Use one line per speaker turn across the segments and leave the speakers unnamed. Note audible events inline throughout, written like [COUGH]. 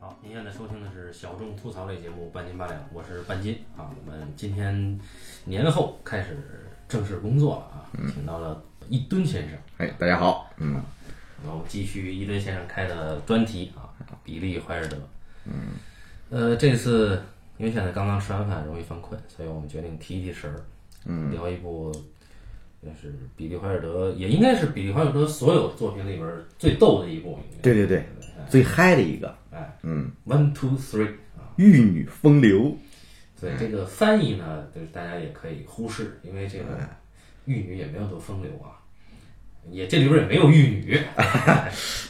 好，您现在收听的是小众吐槽类节目《半斤八两》，我是半斤啊。我们今天年后开始正式工作了啊，请到了一吨先生，
哎，大家好，嗯，
然后继续一吨先生开的专题啊，比利怀尔德。嗯，呃，这次因为现在刚刚吃完饭，容易犯困，所以我们决定提一提神儿，嗯，聊一部。就是比利怀尔德，也应该是比利怀尔德所有作品里边儿最逗的一部，应该
对对对，最嗨的一个
哎，
嗯
，One Two Three 啊，
玉女风流，
所以这个翻译呢，就是大家也可以忽视，因为这个玉女也没有多风流啊，也这里边也没有玉女。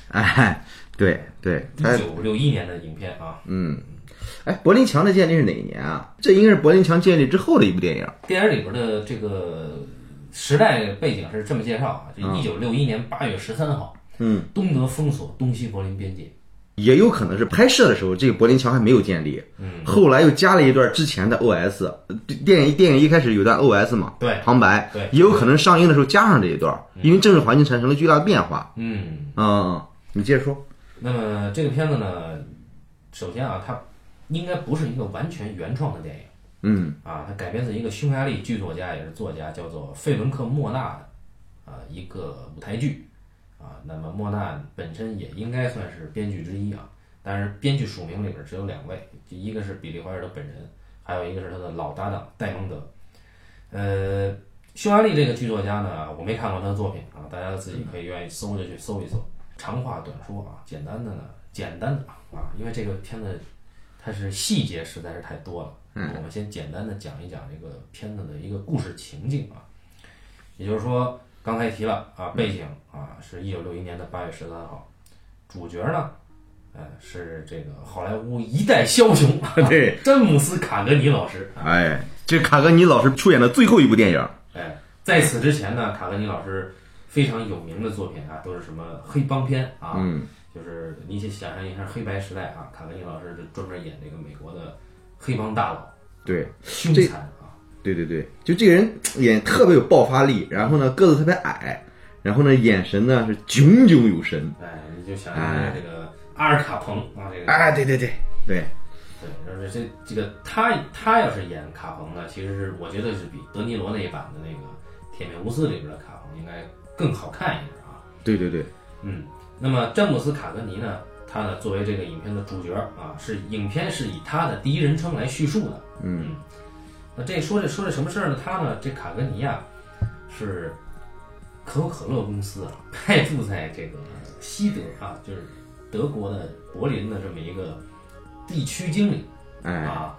哎，对对，
一
他
九六一年的影片啊，
嗯，哎，柏林墙的建立是哪一年啊？这应该是柏林墙建立之后的一部电影，
电影里边的这个时代背景是这么介绍啊，就一九六一年八月十三号，
嗯，
东德封锁东西柏林边界，
也有可能是拍摄的时候这个柏林墙还没有建立，
嗯，
后来又加了一段之前的 OS，呃电影电影一开始有段 OS 嘛，
对
旁白，
对
也有可能上映的时候加上这一段，因为政治环境产生了巨大的变化，
嗯，
嗯，你接着说，
那么这个片子呢，首先啊，它应该不是一个完全原创的电影。
嗯
啊，它改编自一个匈牙利剧作家也是作家，叫做费伦克·莫纳的啊一个舞台剧啊。那么莫纳本身也应该算是编剧之一啊，但是编剧署名里边只有两位，就一个是比利怀尔德本人，还有一个是他的老搭档戴蒙德。呃，匈牙利这个剧作家呢，我没看过他的作品啊，大家自己可以愿意搜就去搜一搜。长话短说啊，简单的呢，简单的啊，因为这个片子它是细节实在是太多了。我们先简单的讲一讲这个片子的一个故事情境啊，也就是说刚才提了啊，背景啊是一九六一年的八月十三号，主角呢，呃是这个好莱坞一代枭雄，
[LAUGHS] 对，
詹姆斯卡格尼老师，
哎，这卡格尼老师出演的最后一部电影。
哎，在此之前呢，卡格尼老师非常有名的作品啊，都是什么黑帮片啊，
嗯
就是你去想象一下黑白时代啊，卡格尼老师就专门演这个美国的黑帮大佬，，
对
凶
这
残啊。
对对对，就这个人也特别有爆发力，然后呢个子特别矮，然后呢眼神呢是炯炯有神。
哎，你就想象一下这个阿尔卡彭啊，这个
哎，对对对对，
对，就是这这个他他要是演卡彭呢，其实是我觉得是比德尼罗那一版的那个《铁面无私》里边的卡彭应该更好看一点啊。
对对对，
嗯，那么詹姆斯卡格尼呢，他呢作为这个影片的主角啊，是影片是以他的第一人称来叙述的。嗯，那这说这说这什么事儿呢？他呢这卡格尼啊是可口可乐公司啊派驻在这个西德啊，就是德国的柏林的这么一个地区经理
哎
啊。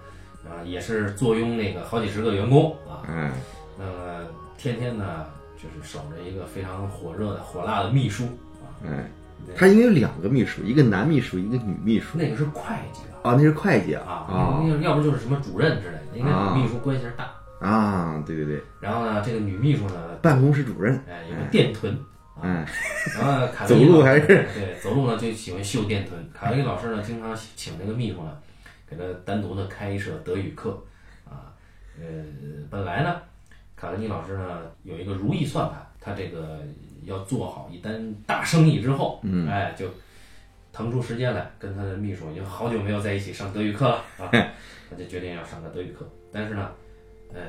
啊，也是坐拥那个好几十个员工啊，
哎，
那么天天呢，就是守着一个非常火热的、火辣的秘书啊，
哎他应该有两个秘书，一个男秘书，一个女秘书。
那个是会计吧？
啊，那是会计
啊，
啊
要不就是什么主任之类的，应该
啊
女秘书关系大。
啊啊！对对对，
然后呢，这个女秘书呢，
办公室主任，
哎，有个电臀，
哎，
然
[LAUGHS]
后呢卡
走路还是
对走路呢就喜欢秀电臀。卡梅利老师呢，经常请那个秘书呢，给他单独的开一设德语课啊。呃，本来呢，卡梅利老师呢有一个如意算盘，他这个要做好一单大生意之后，嗯，哎，就腾出时间来跟他的秘书，已经好久没有在一起上德语课了
[LAUGHS]
啊，他就决定要上个德语课。但是呢，呃，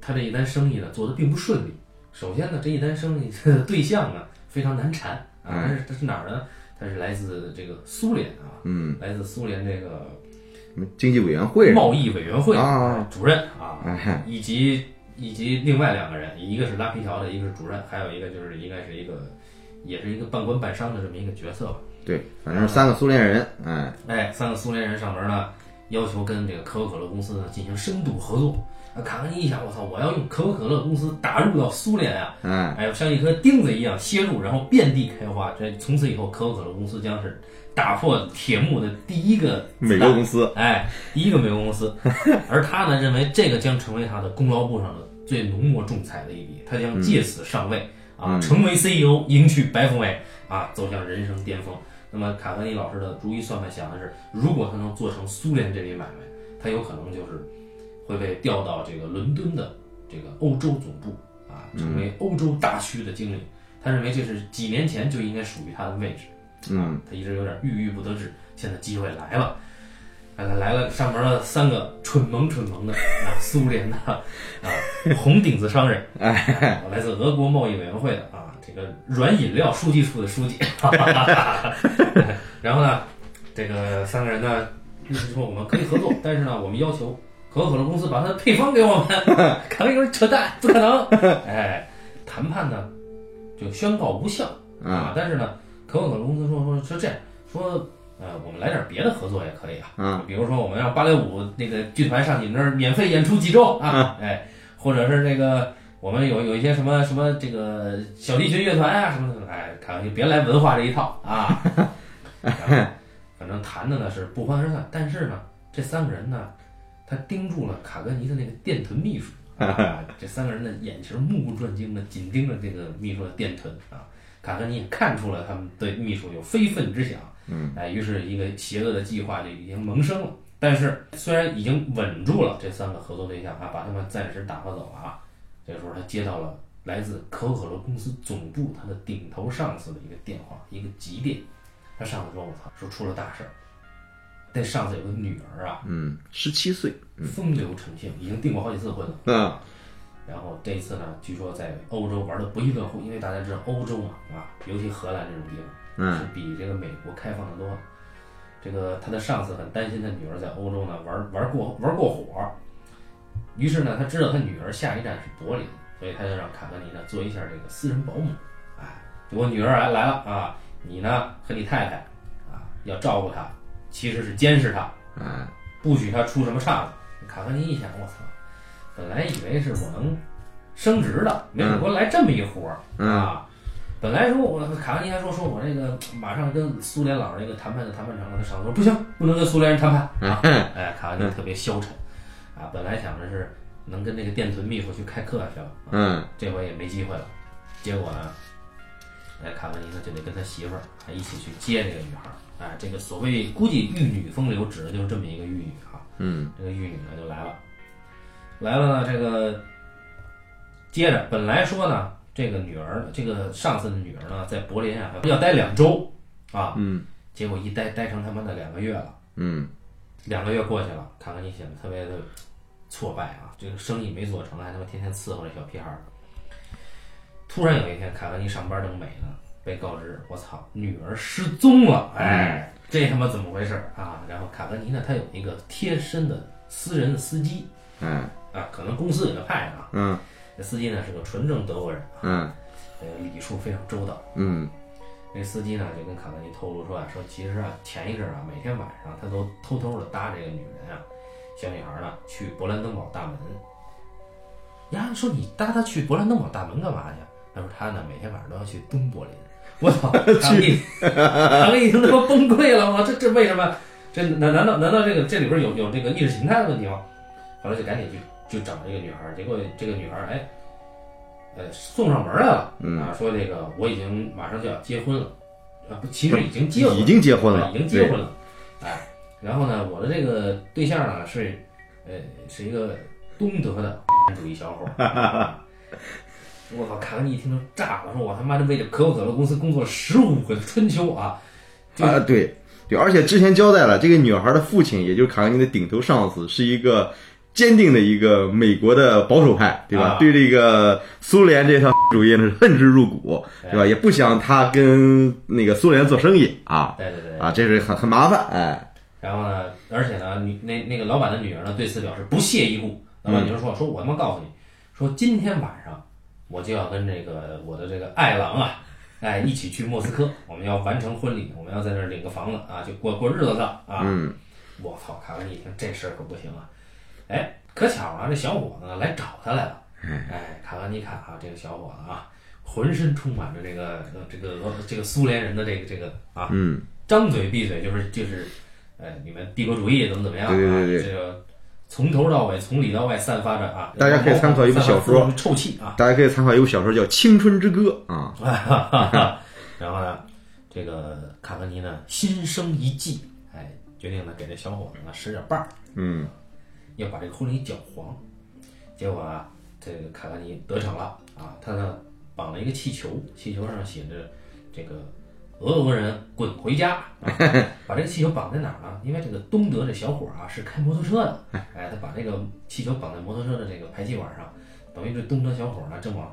他这一单生意呢做的并不顺利。首先呢，这一单生意的对象呢非常难缠啊，
嗯
他是他是哪儿呢？他是来自这个苏联啊，
嗯，
来自苏联这个
什么经济委员会，
贸易委员会
啊
主任啊，
哎，
以及以及另外两个人，一个是拉皮条的，一个是主任，还有一个就是应该是一个也是一个半官半商的这么一个角色吧。
对，反正是三个苏联人，哎，
哎，三个苏联人上门呢，要求跟这个可口可乐公司呢进行深度合作。啊，卡文尼一想，我操，我要用可口可乐公司打入到苏联啊，
哎，
哎，像一颗钉子一样切入，然后遍地开花。这从此以后，可口可乐公司将是打破铁幕的第一个
美国公司，
哎，第一个美国公司，而他呢认为这个将成为他的功劳簿上的最浓墨重彩的一笔，他将借此上位、啊，成为 CEO，迎娶白富美啊，走向人生巅峰。那么卡格尼老师的如意算盘想的是，如果他能做成苏联这笔买卖，他有可能就是会被调到这个伦敦的这个欧洲总部啊，成为欧洲大区的经理。他认为这是几年前就应该属于他的位置。
嗯，
他一直有点郁郁不得志。现在机会来了，来了来了，上门了三个蠢萌蠢萌的啊，苏联的啊，红顶子商人，啊来自俄国贸易委员会的啊，这个软饮料书记处的书记， [LAUGHS] 然后呢，这个三个人呢，就是说我们可以合作，但是呢，我们要求可口可乐公司把它的配方给我们， [LAUGHS] 卡梅隆扯淡，不可能， [LAUGHS] 哎，谈判呢就宣告无效。
啊
啊，但是呢，可口可乐公司说说说这样说，呃，我们来点别的合作也可以啊，
啊，
比如说我们让芭蕾舞那个剧团上你们那儿免费演出几周啊，哎，或者是那个我们有有一些什么什么这个小提琴乐团啊什么的，哎，看看就别来文化这一套啊， [LAUGHS] 然后反正谈的呢是不欢而散，但是呢，这三个人呢，他盯住了卡格尼的那个电臀秘书。啊，这三个人的眼神目不转睛的紧盯着这个秘书的电臀啊，卡格尼也看出了他们对秘书有非分之想，嗯，哎，于是一个邪恶的计划就已经萌生了。但是虽然已经稳住了这三个合作对象啊，把他们暂时打发走了啊，这时候他接到了来自可口可乐公司总部他的顶头上司的一个电话，一个急电。他上司说：“我操，说出了大事儿。”那上司有个女儿啊，
嗯，十七岁，
风流成性，已经订过好几次婚了。
啊，
然后这一次呢，据说在欧洲玩的不亦乐乎，因为大家知道欧洲嘛啊，尤其荷兰这种地方，
嗯
是比这个美国开放的多。这个他的上司很担心他女儿在欧洲呢玩玩过玩过火，于是呢，他知道他女儿下一站是柏林，所以他就让卡格尼呢做一下这个私人保姆。哎，就我女儿来来了啊，你呢和你太太啊要照顾她，其实是监视她，
啊，
不许她出什么岔子。卡格尼一想，我操，本来以为是我能升职的，没想过来这么一活儿、
嗯
啊！本来说我卡格尼还说说我这个马上跟苏联佬这个谈判就谈判成了，他上头说不行，不能跟苏联人谈
嗯
判啊！哎，卡格尼特别消沉啊，本来想着是能跟那个电臀秘书去开课去了，啊
嗯
这回也没机会了。结果呢，哎，卡文尼呢就得跟他媳妇儿还一起去接这个女孩儿。哎，这个所谓估计玉女风流指的就是这么一个玉女啊。
嗯
这个玉女呢就来了，来了呢，这个接着本来说呢，这个女儿，这个上司的女儿呢，在柏林啊要待两周啊，
嗯
结果一待待成他妈的两个月了。
嗯
两个月过去了，卡格尼显得特别的挫败啊，这个生意没做成，还他妈天天伺候这小屁孩儿。突然有一天，卡格尼上班正美呢，被告知我操，女儿失踪了，
嗯
哎，这他妈怎么回事儿啊？然后卡格尼呢，他有一个贴身的私人的司机
哎
啊，可能公司给他派的啊。
嗯
这司机呢是个纯正德国人，
嗯
这个礼数非常周到。
嗯
那司机呢就跟卡格尼透露说啊，说其实啊前一阵儿啊每天晚上他都偷偷的搭这个女人啊，小女孩呢去勃兰登堡大门。呀，说你搭她去勃兰登堡大门干嘛去？他说他呢每天晚上都要去东柏林。我操，卡格尼，卡格尼他妈崩溃了！我这这为什么？这难难道难道这个这里边有有这个意识形态的问题吗？后来就赶紧去去找这个女孩儿，结果这个女孩儿哎，呃送上门来了。
嗯，
啊，说这个我已经马上就要结婚了，啊，不，其实已经结婚了，
已经结婚
啊
了，
已经结婚了，哎，然后呢，我的这个对象呢是，呃，是一个东德的主义小伙儿。 [LAUGHS] 啊我操！卡文尼一听都炸了，说我他妈的为这可口可乐公司工作了十五个春秋啊！
对啊，对对，而且之前交代了，这个女孩的父亲，也就是卡格尼的顶头上司，是一个。坚定的一个美国的保守派，对吧？
啊
对这个苏联这套主义呢是恨之入骨，对吧？也不想他跟那个苏联做生意啊
哎对对对，
啊，这是很很麻烦，哎，
然后呢，而且呢，女那那个老板的女儿呢，对此表示不屑一顾。老板就说：“说我他妈告诉你，说今天晚上我就要跟这个我的这个爱郎啊，哎，一起去莫斯科，我们要完成婚礼，我们要在那儿领个房子啊，就过过日子了啊。”
嗯
我操！卡文一听这事儿可不行啊！哎，可巧了，这小伙子呢来找他来了。
嗯
哎，卡文尼看啊，这个小伙子啊，浑身充满着这个呃这个俄这个苏联人的这个这个啊，
嗯，
张嘴闭嘴就是就是，呃，你们帝国主义怎么怎么样啊？
对对对对
这个从头到尾，从里到外散发着啊，
大家可以参考一部小说
散发出臭气啊。 [LAUGHS]
大家可以参考一部小说叫《青春之歌》啊，
然后呢，这个卡格尼呢心生一计，哎，决定呢给这小伙子呢使点绊儿，
嗯
要把这个婚礼搅黄。结果啊，这个卡格尼得逞了啊，他呢绑了一个气球，气球上写着这个俄国人滚回家，啊把这个气球绑在哪儿呢？因为这个东德这小伙儿啊是开摩托车的，哎，他把这个气球绑在摩托车的这个排气管上，等于这东德小伙儿呢正往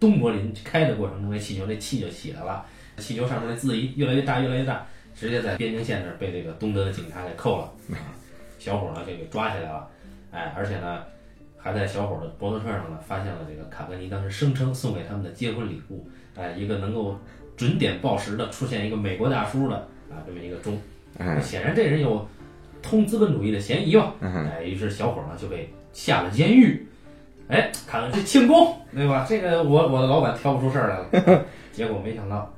东柏林开的过程中，这气球这气就起来了，气球上面那字一越来越大，越来越大，直接在边境线那儿被这个东德的警察给扣了，啊，小伙儿呢就给抓起来了，哎，而且呢。还在小伙儿的摩托车上呢，发现了这个卡格尼当时声称送给他们的结婚礼物，哎，一个能够准点报时的出现一个美国大叔的啊这么一个钟，
哎
显然这人有通资本主义的嫌疑吧？
嗯
哎，于是小伙儿呢就被下了监狱。哎，看了这庆功，对吧？这个我我的老板挑不出事儿来
[LAUGHS]
了。结果没想到，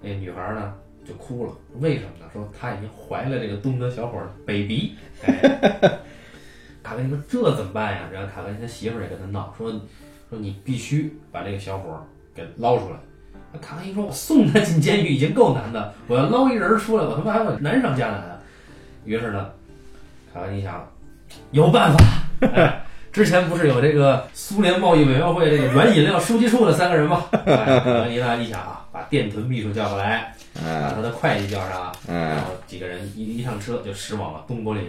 那女孩儿呢就哭了，为什么呢？说她已经怀了这个东德小伙儿的 baby。哎，
[LAUGHS]
卡文尼说这怎么办呀？然后卡文尼他媳妇儿也跟他闹，说说你必须把这个小伙儿给捞出来。那卡文尼说，我送他进监狱已经够难的，我要捞一人儿出来，我他妈还要难上加难啊！于是呢，卡文尼想，有办法。哎，之前不是有这个苏联贸易委员会这个软饮料书记处的三个人吗？哎，卡文尼呢一想啊，把电臀秘书叫过来，把
哎
他的会计叫上，然
哎
后几个人一一上车就驶往了东柏林。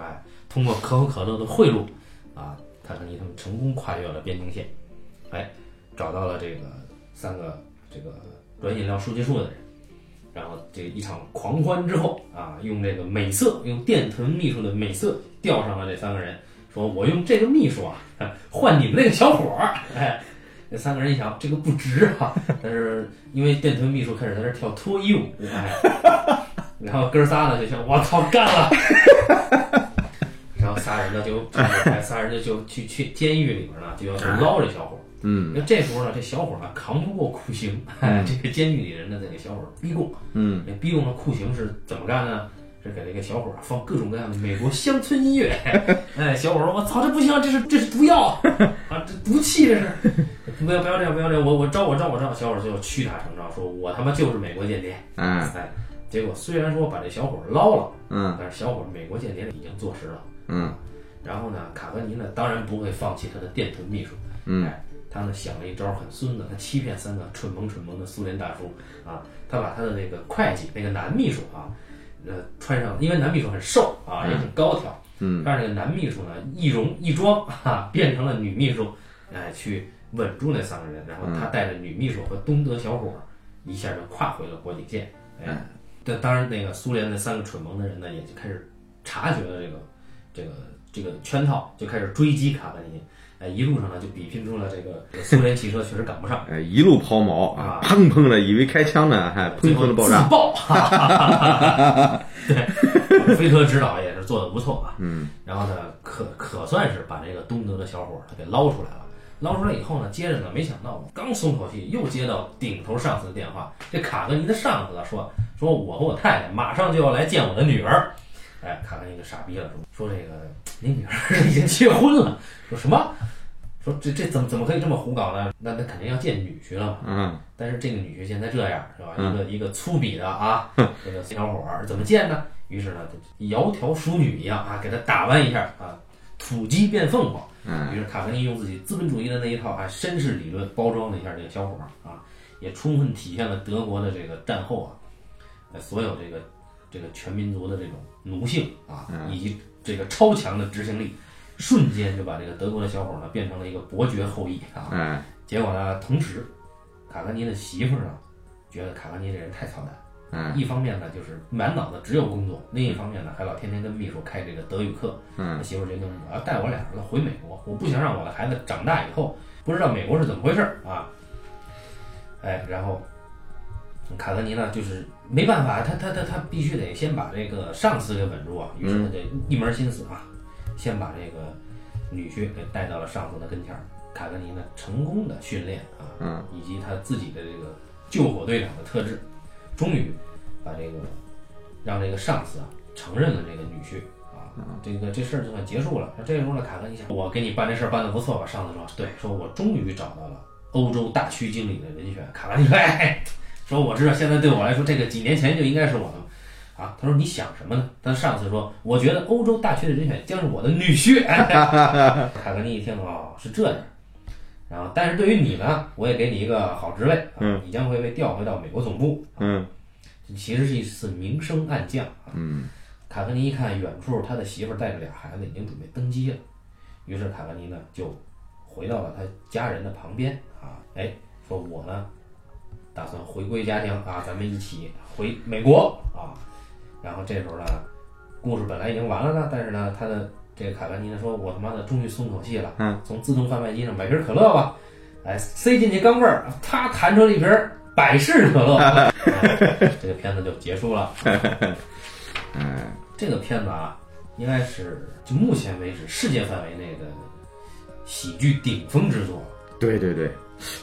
哎，通过可口可乐的贿赂，啊，卡特尼他们成功跨越了边境线，哎，找到了这个三个这个软饮料书记处的人。然后这一场狂欢之后啊，用这个美色，用电臀秘书的美色钓上了这三个人，说我用这个秘书啊换你们那个小伙儿，哎， [LAUGHS] 那三个人一想这个不值 [LAUGHS] 啊，但是因为电臀秘书开始在那儿跳脱衣舞，哎，然后哥仨呢就想我操干了，然后仨人呢就哎仨人呢就去去监狱里边呢就要去捞这小伙儿，
嗯
那这时候呢这小伙儿呢扛不过酷刑，哎，这个监狱里人呢在给小伙儿逼供。
嗯
那逼供的酷刑是怎么干呢？是给这个小伙儿放各种各样的美国乡村音
[LAUGHS]
乐。哎，小伙儿说：“我操，这不行，这是这是毒药啊，这毒气这是！ [LAUGHS] 不要不要这样，不要这样，我我招我招我招！”小伙儿最后屈打成招，说：“我他妈就是美国间谍！”
哎
哎，结果虽然说把这小伙儿捞了，
嗯
但是小伙儿美国间谍已经坐实了。
嗯
然后呢，卡格尼呢当然不会放弃他的电臀秘书，
嗯
哎，他呢想了一招很孙子，他欺骗三个蠢萌蠢萌的苏联大叔啊，他把他的那个会计那个男秘书啊，呃，穿上，因为男秘书很瘦啊，也很高挑，
嗯
让这个男秘书呢易容易装啊，变成了女秘书， [LAUGHS] 哎，去稳住那三个人，然后
嗯
他带着女秘书和东德小伙儿一下就跨回了国境线，
嗯
哎，但当然那个苏联那三个蠢萌的人呢，也就开始察觉了这个这个这个圈套，就开始追击卡格尼。哎，一路上呢就比拼出了这个这个苏联汽车确实赶不上，
哎，一路抛锚啊，砰砰的，以为开枪呢，还砰
最后
砰的爆
自
炸。
爆。对，菲特指导也是做的不错啊。嗯，然后呢，可可算是把这个东德的小伙儿他给捞出来了。捞出来以后呢，接着呢，没想到我刚松口气，又接到顶头上司的电话，这卡格尼的上司啊说说我和我太太马上就要来见我的女儿。哎，卡格尼就傻逼了，说说这个你女儿 [LAUGHS] 已经结婚了，说什么？说这这怎么怎么可以这么胡搞呢？那那肯定要见女婿了嘛。
嗯
但是这个女婿现在这样是吧？一个一个粗鄙的啊，这个小伙儿怎么见呢？于是呢，就窈窕淑女一样啊，给他打扮一下啊，土鸡变凤凰。
嗯
于是卡格尼用自己资本主义的那一套啊绅士理论包装了一下这个小伙儿啊，也充分体现了德国的这个战后啊，呃所有这个这个全民族的这种奴性啊，以及这个超强的执行力，瞬间就把这个德国的小伙儿呢变成了一个伯爵后裔啊。
哎
结果呢，同时，卡格尼的媳妇儿呢，觉得卡格尼这人太操蛋。
哎
一方面呢，就是满脑子只有工作；另一方面呢，还老天天跟秘书开这个德语课。他
嗯
媳妇儿决定，我啊要带我俩儿子回美国，我不想让我的孩子长大以后不知道美国是怎么回事儿啊。哎，然后卡格尼呢，就是没办法，他他他他必须得先把这个上司给稳住啊，于是他就一门心思啊，先把这个女婿给带到了上司的跟前儿。卡格尼呢，成功的训练啊，
嗯
以及他自己的这个救火队长的特质，终于把这个让这个上司啊承认了这个女婿啊，这个这事儿就算结束了。那这时候呢，卡格尼想，我给你办这事儿办得不错吧？上司说，对，说我终于找到了欧洲大区经理的人选。卡格尼说， [LAUGHS] 哎，说我知道现在对我来说，这个几年前就应该是我的。啊，他说你想什么呢？但上司说，我觉得欧洲大区的人选将是我的女婿。 [LAUGHS] 哎卡格尼一听哦，是这样。然后，但是对于你呢，我也给你一个好职位，啊、
嗯
你将会被调回到美国总部。
嗯
其实是一次明升暗降啊。嗯，卡格尼一看远处他的媳妇儿带着俩孩子已经准备登基了，于是卡格尼呢就回到了他家人的旁边啊，哎，说我呢打算回归家庭啊，咱们一起回美国啊。然后这时候呢，故事本来已经完了呢，但是呢，他的这个卡格尼呢说：“我他妈的终于松口气了，
嗯，
从自动贩卖机上买瓶可乐吧，哎，塞进去钢镚儿，啪弹出了一瓶百事可乐。 [LAUGHS] 啊”这个片子就结束
[LAUGHS]
了。
嗯
这个片子啊，应该是就目前为止世界范围内的喜剧顶峰之作。
对对对，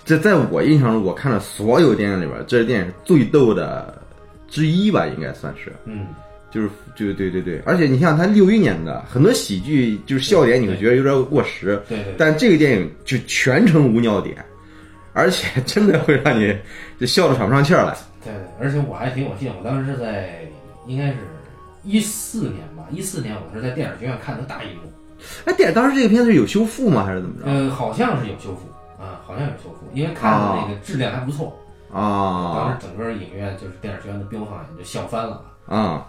这在我印象中，我看了所有电影里边，这电影是最逗的之一吧，应该算是。
嗯，
就是就对对对，而且你像他六一年的很多喜剧，就是笑点你会觉得有点过时，
对对，
但这个电影就全程无尿点，而且真的会让你就笑得喘不上气儿来。
对，而且我还挺有幸，我当时是在应该是一四年吧，一四年我是在电影学院看的大荧幕，
哎，电当时这个片子是有修复吗？还是怎么着？
呃，好像是有修复啊，好像有修复，因为看的
哦
那个质量还不错，当
啊
时整个影院就是电影学院的标放也就笑翻了。
啊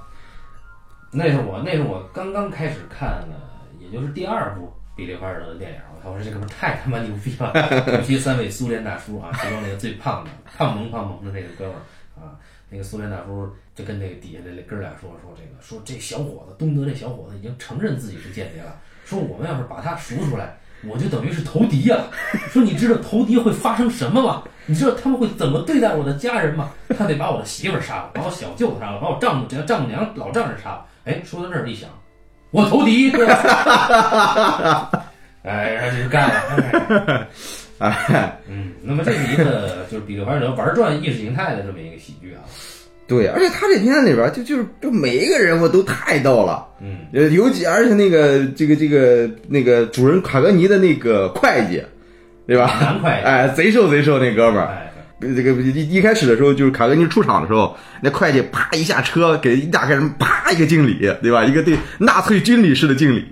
那是我那是我刚刚开始看的，也就是第二部比利怀尔德的电影，我操，我说这哥们儿太他妈牛逼了，尤其三位苏联大叔啊，其中那个最胖的胖萌胖萌的那个哥们儿啊，那个苏联大叔就跟那个底下那哥俩说说这个说这小伙子东德这小伙子已经承认自己是间谍了，说我们要是把他赎出来。我就等于是投敌呀、说你知道投敌会发生什么吗？你知道他们会怎么对待我的家人吗？他得把我的媳妇儿杀了，把我小舅子杀了，把我丈母娘、丈母娘、老丈人杀了。哎，说到这儿一想，我投敌， [LAUGHS] 哎，然后就干了。哎、嗯，那么这是一个就是比利怀尔德玩转意识形态的这么一个喜剧啊。
对，而且他这片子里边就就是就每一个人物都太逗了。
嗯，
呃，尤其而且那个这个这个那个主人卡格尼的那个会计，对吧？
难快。
哎，贼瘦贼瘦那哥们儿，
哎，
这个一一开始的时候就是卡格尼出场的时候，那会计啪一下车给一打开人，啪一个敬礼，对吧？一个对纳粹军礼式的敬礼，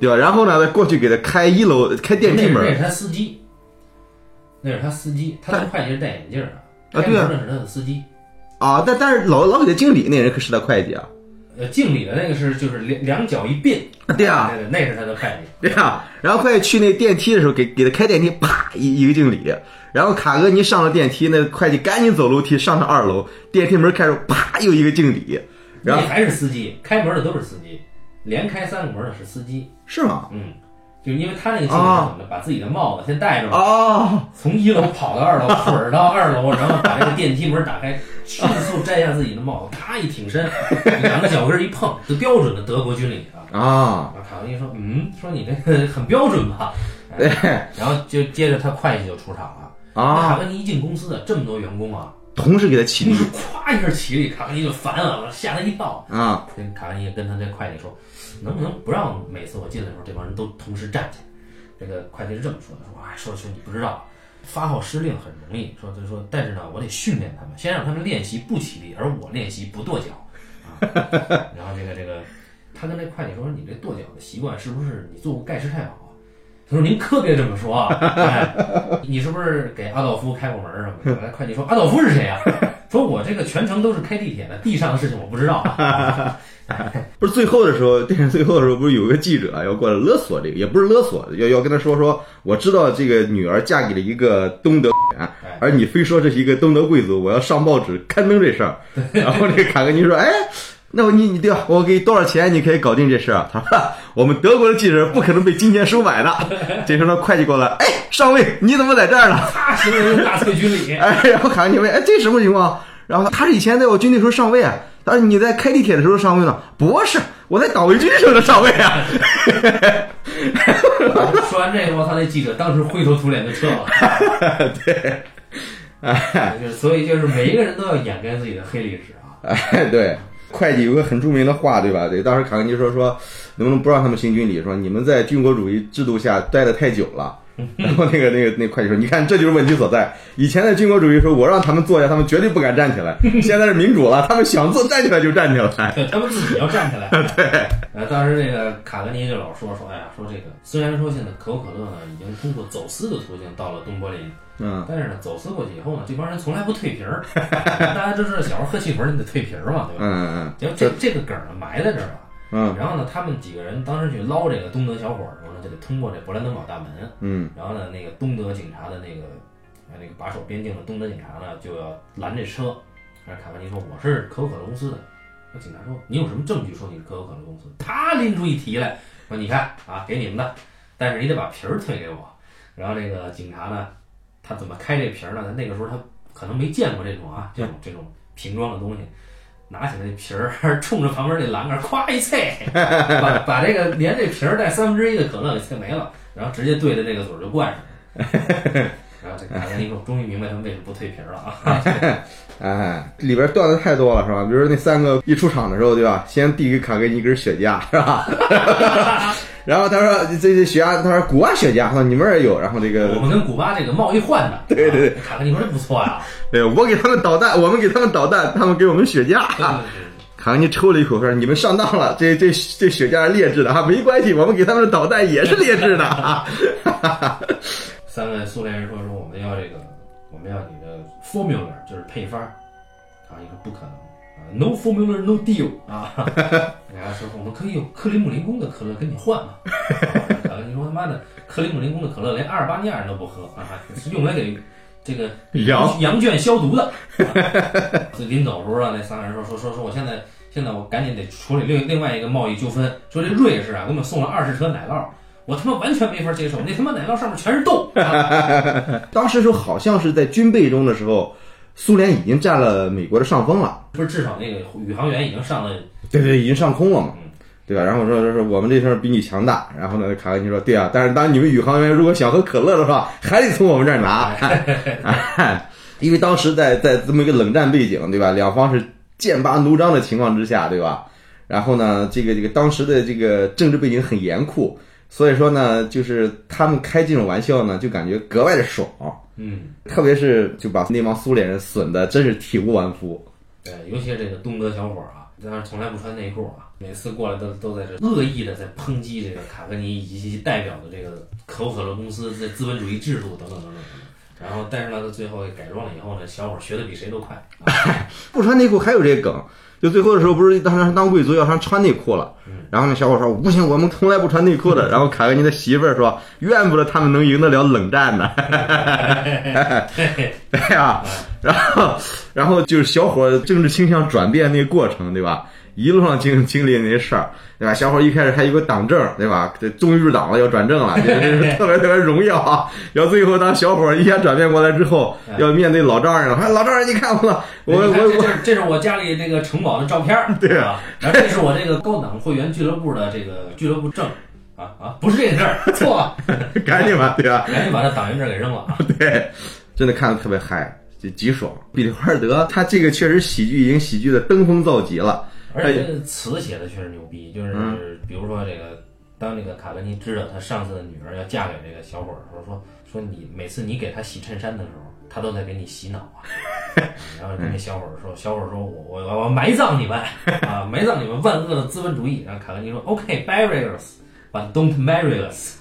对吧？然后呢，再过去给他开一楼开电
那
梯
是那
[LAUGHS] 门，
是他司机，那是他司机，他当会计是戴眼镜儿
啊对啊
那是他的司机。
啊，但但是老老给他敬礼那人可是他会计啊，
呃，敬礼的那个是就是两两脚一并，
啊对啊，
对对，那是他的会计。
[LAUGHS] 对啊，然后快去那电梯的时候，给给他开电梯，啪一一个敬礼。然后卡格尼上了电梯，那会计赶紧走楼梯上到二楼，电梯门开着，啪又一个敬礼。然
那
后
还是司机，开门的都是司机，连开三个门的是司机。
是吗？
嗯，就是因为他那个经理是怎么的，把自己的帽子先戴着嘛，
哦，
[LAUGHS] 从一楼跑到二楼，腿儿到二楼，然后把这个电梯门打开，迅速摘下自己的帽子，啪一挺身，两个脚跟一碰，就标准的德国军礼啊。
啊，
然后卡文尼说：“嗯，说你这个很标准吧？”
对
然后就接着他会计就出场了。卡
啊，
文尼一进公司的这么多员工啊，
同时给他起
同
立
时咵一下起立，卡文尼就烦了，我吓他一跳。
啊，
那卡文尼跟他那会计说，能不能不让每次我进来的时候，这帮人都同时站起来？这个会计是这么说的，说哎，说说你不知道，发号施令很容易，说就说，但是呢，我得训练他们，先让他们练习不起立，而我练习不跺脚啊。 [LAUGHS] 然后这个这个，他跟那会计说，你这跺脚的习惯是不是你做过盖世太保啊？他说：“您可别这么说啊！哎，你是不是给阿道夫开过门儿什么的？”那会计说：“阿道夫是谁啊？”说：“我这个全程都是开地铁的，地上的事情我不知道、啊。”
不是最后的时候，电影最后的时候，不是有个记者啊要过来勒索这个，也不是勒索，要要跟他说说，我知道这个女儿嫁给了一个东德人，啊而你非说这是一个东德贵族，我要上报纸刊登这事儿。然后这个卡格尼说，哎。那我你你对吧？我给你多少钱，你可以搞定这事儿？他说我们德国的记者不可能被金钱收买的。这时候呢，会计过来，哎，上尉，你怎么在这儿呢？
啪，行为纳粹军礼。
[LAUGHS] 哎，然后卡尼问，哎，这什么情况？然后他是以前在我军队时候上位啊，他说你在开地铁的时候上位呢？不是，我在党卫军时候上位啊。
说完这个，我操，那记者当时灰头土脸就撤
[LAUGHS]
了。对，就是所以就是每一个人都要掩盖自己的黑历史啊。
[LAUGHS] 哎，对，会计有个很著名的话，对吧？对，当时卡尼说说，能不能不让他们行军礼？说你们在军国主义制度下待的太久了。然后那个那个那会计说：“你看，这就是问题所在。以前的军国主义说，我让他们坐下，他们绝对不敢站起来。现在是民主了，他们想坐站起来就站起来。
对他们自己要站起
[LAUGHS]
来。对，呃，当时那个卡格尼就老说说，哎呀，说这个虽然说现在可口可乐呢已经通过走私的途径到了东柏林，
嗯，
但是呢，走私过去以后呢，这帮人从来不退瓶
[LAUGHS]
儿。大家都知道，小时候喝汽水儿你得退瓶儿嘛，对吧？
嗯
结果这这个梗儿呢埋在这儿了。
嗯
然后呢，他们几个人当时去捞这个东德小伙儿的时候呢，就得通过这勃兰登堡大门。
嗯
然后呢，那个东德警察的那个呃那个把守边境的东德警察呢，就要拦这车。然后卡文尼说：“我是可口可乐公司的。”那警察说：“你有什么证据说你是可口可乐公司？”他拎出一题来说：“你看啊，给你们的，但是你得把瓶儿退给我。”啊然后那个警察呢，他怎么开这瓶儿呢？那个时候他可能没见过这种啊，这种这种瓶装的东西。拿起那瓶儿， [LAUGHS] 冲着旁边那栏杆儿，咵一啐， [LAUGHS] 把把这个连这瓶儿带三分之一的可乐给啐没了，然后直接对着那个嘴儿就灌上。 [LAUGHS] 然后这卡加尼说：“终于明白他们为什么不退瓶儿了啊
嗯，哎，里边段子太多了，是吧？比如说那三个一出场的时候，对吧？先递给卡格尼一根雪茄， [LAUGHS] 是吧？然后他说：“这这雪茄，他说古巴雪茄，他说你们那儿有。”然后这！”
我
个，
们跟古巴这个贸易换的。啊对对对，卡加尼说：“这不错呀。
哎，我给他们导弹，我们给他们导弹，他们给我们雪茄。
对”对对
卡格尼抽了一口，说：“你们上当了，这这这雪茄是劣质的啊，没关系，我们给他们的导弹也是劣质的啊。”
三个苏联人说：“说我们要这个，我们要你的 formula，就是配方儿。”卡加尼说：“不可能。”啊，no formula, no deal 啊！ [LAUGHS] 然后说我们可以有克里姆林宫的可乐跟你换嘛？啊，你说他妈的克里姆林宫的可乐连阿尔巴尼亚人都不喝啊，是用来给这个
然后，
羊圈消毒的。啊临走时候啊，那三个人说说说说，我现在现在我赶紧得处理另另外一个贸易纠纷。说这瑞士啊，给我们送了二十车奶酪，我他妈完全没法接受，那他妈奶酪上面全是豆。啊
当时时候好像是在军备中的时候，苏联已经占了美国的上风了，
不是，至少那个宇航员已经上了，
对对，已经上空了嘛
嗯，
对吧？然后说说说我们这事儿比你强大，然后呢，卡格尼说：“对啊，但是当你们宇航员如果想喝可乐的话，还得从我们这儿拿。”因为当时在在这么一个冷战背景，对吧？两方是剑拔弩张的情况之下，对吧？然后呢，这个这个当时的这个政治背景很严酷，所以说呢，就是他们开这种玩笑呢，就感觉格外的爽，
嗯，
特别是就把那帮苏联人损的真是体无完肤。
对，尤其是这个东德小伙儿啊，当然从来不穿内裤啊，每次过来都都在这恶意的在抨击这个卡格尼以及代表的这个可口可乐公司这资本主义制度等等等等。然后，但是呢，最后改装了以后呢，小伙儿学的比谁都快。啊
不穿内裤还有这个梗，就最后的时候不是当时当贵族要穿穿内裤了，然后那小伙说不行，我 [LAUGHS] 们从来不穿内裤的。然后卡格尼的媳妇儿说，怨不得他们能赢得了冷战呢。对呀、然后然后就是小伙政治倾向转变那个过程，对吧？一路上经经历那些事儿，对吧？小伙一开始还有个党政，对吧？这终于入党了，要转正了，这是特别特别荣耀啊！然后最后当小伙一下转变过来之后，要面对老丈人了，哎，老丈人，你看我，我
哎你看
我
这这是这是我家里那个城堡的照片儿，
[LAUGHS] 对
啊，然后这是我这个高档会员俱乐部的这个俱乐部证，啊啊，不是这个证儿，错了，
[LAUGHS] 赶紧吧，对吧？
[LAUGHS] 赶紧把这党员证给扔了啊！
对，真的看的特别嗨，就极爽。比利华尔德他这个确实喜剧已经喜剧的登峰造极了。
而且这个词写的确实牛逼，就是比如说这个，当这个卡格尼知道他上次的女儿要嫁给这个小伙儿的时候，说说你每次你给他洗衬衫的时候，他都在给你洗脑啊。然后跟那小伙儿说，小伙儿说我我我要埋葬你们啊，埋葬你们万恶的资本主义。然后卡格尼说 OK bury us but don't marry us。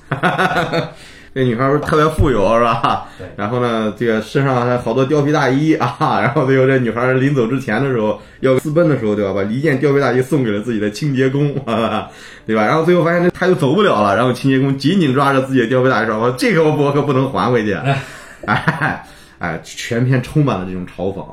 那女孩不是特别富有是吧？
对
然后呢，这个身上还好多貂皮大衣啊， [LAUGHS] 然后最后这女孩临走之前的时候要私奔的时候，对吧？把一件貂皮大衣送给了自己的清洁工， [LAUGHS] 啊对吧？然后最后发现这她又走不了了，然后清洁工紧紧抓着自己的貂皮大衣说：“我这个我可不能还回去。哎”哎，全片充满了这种嘲讽。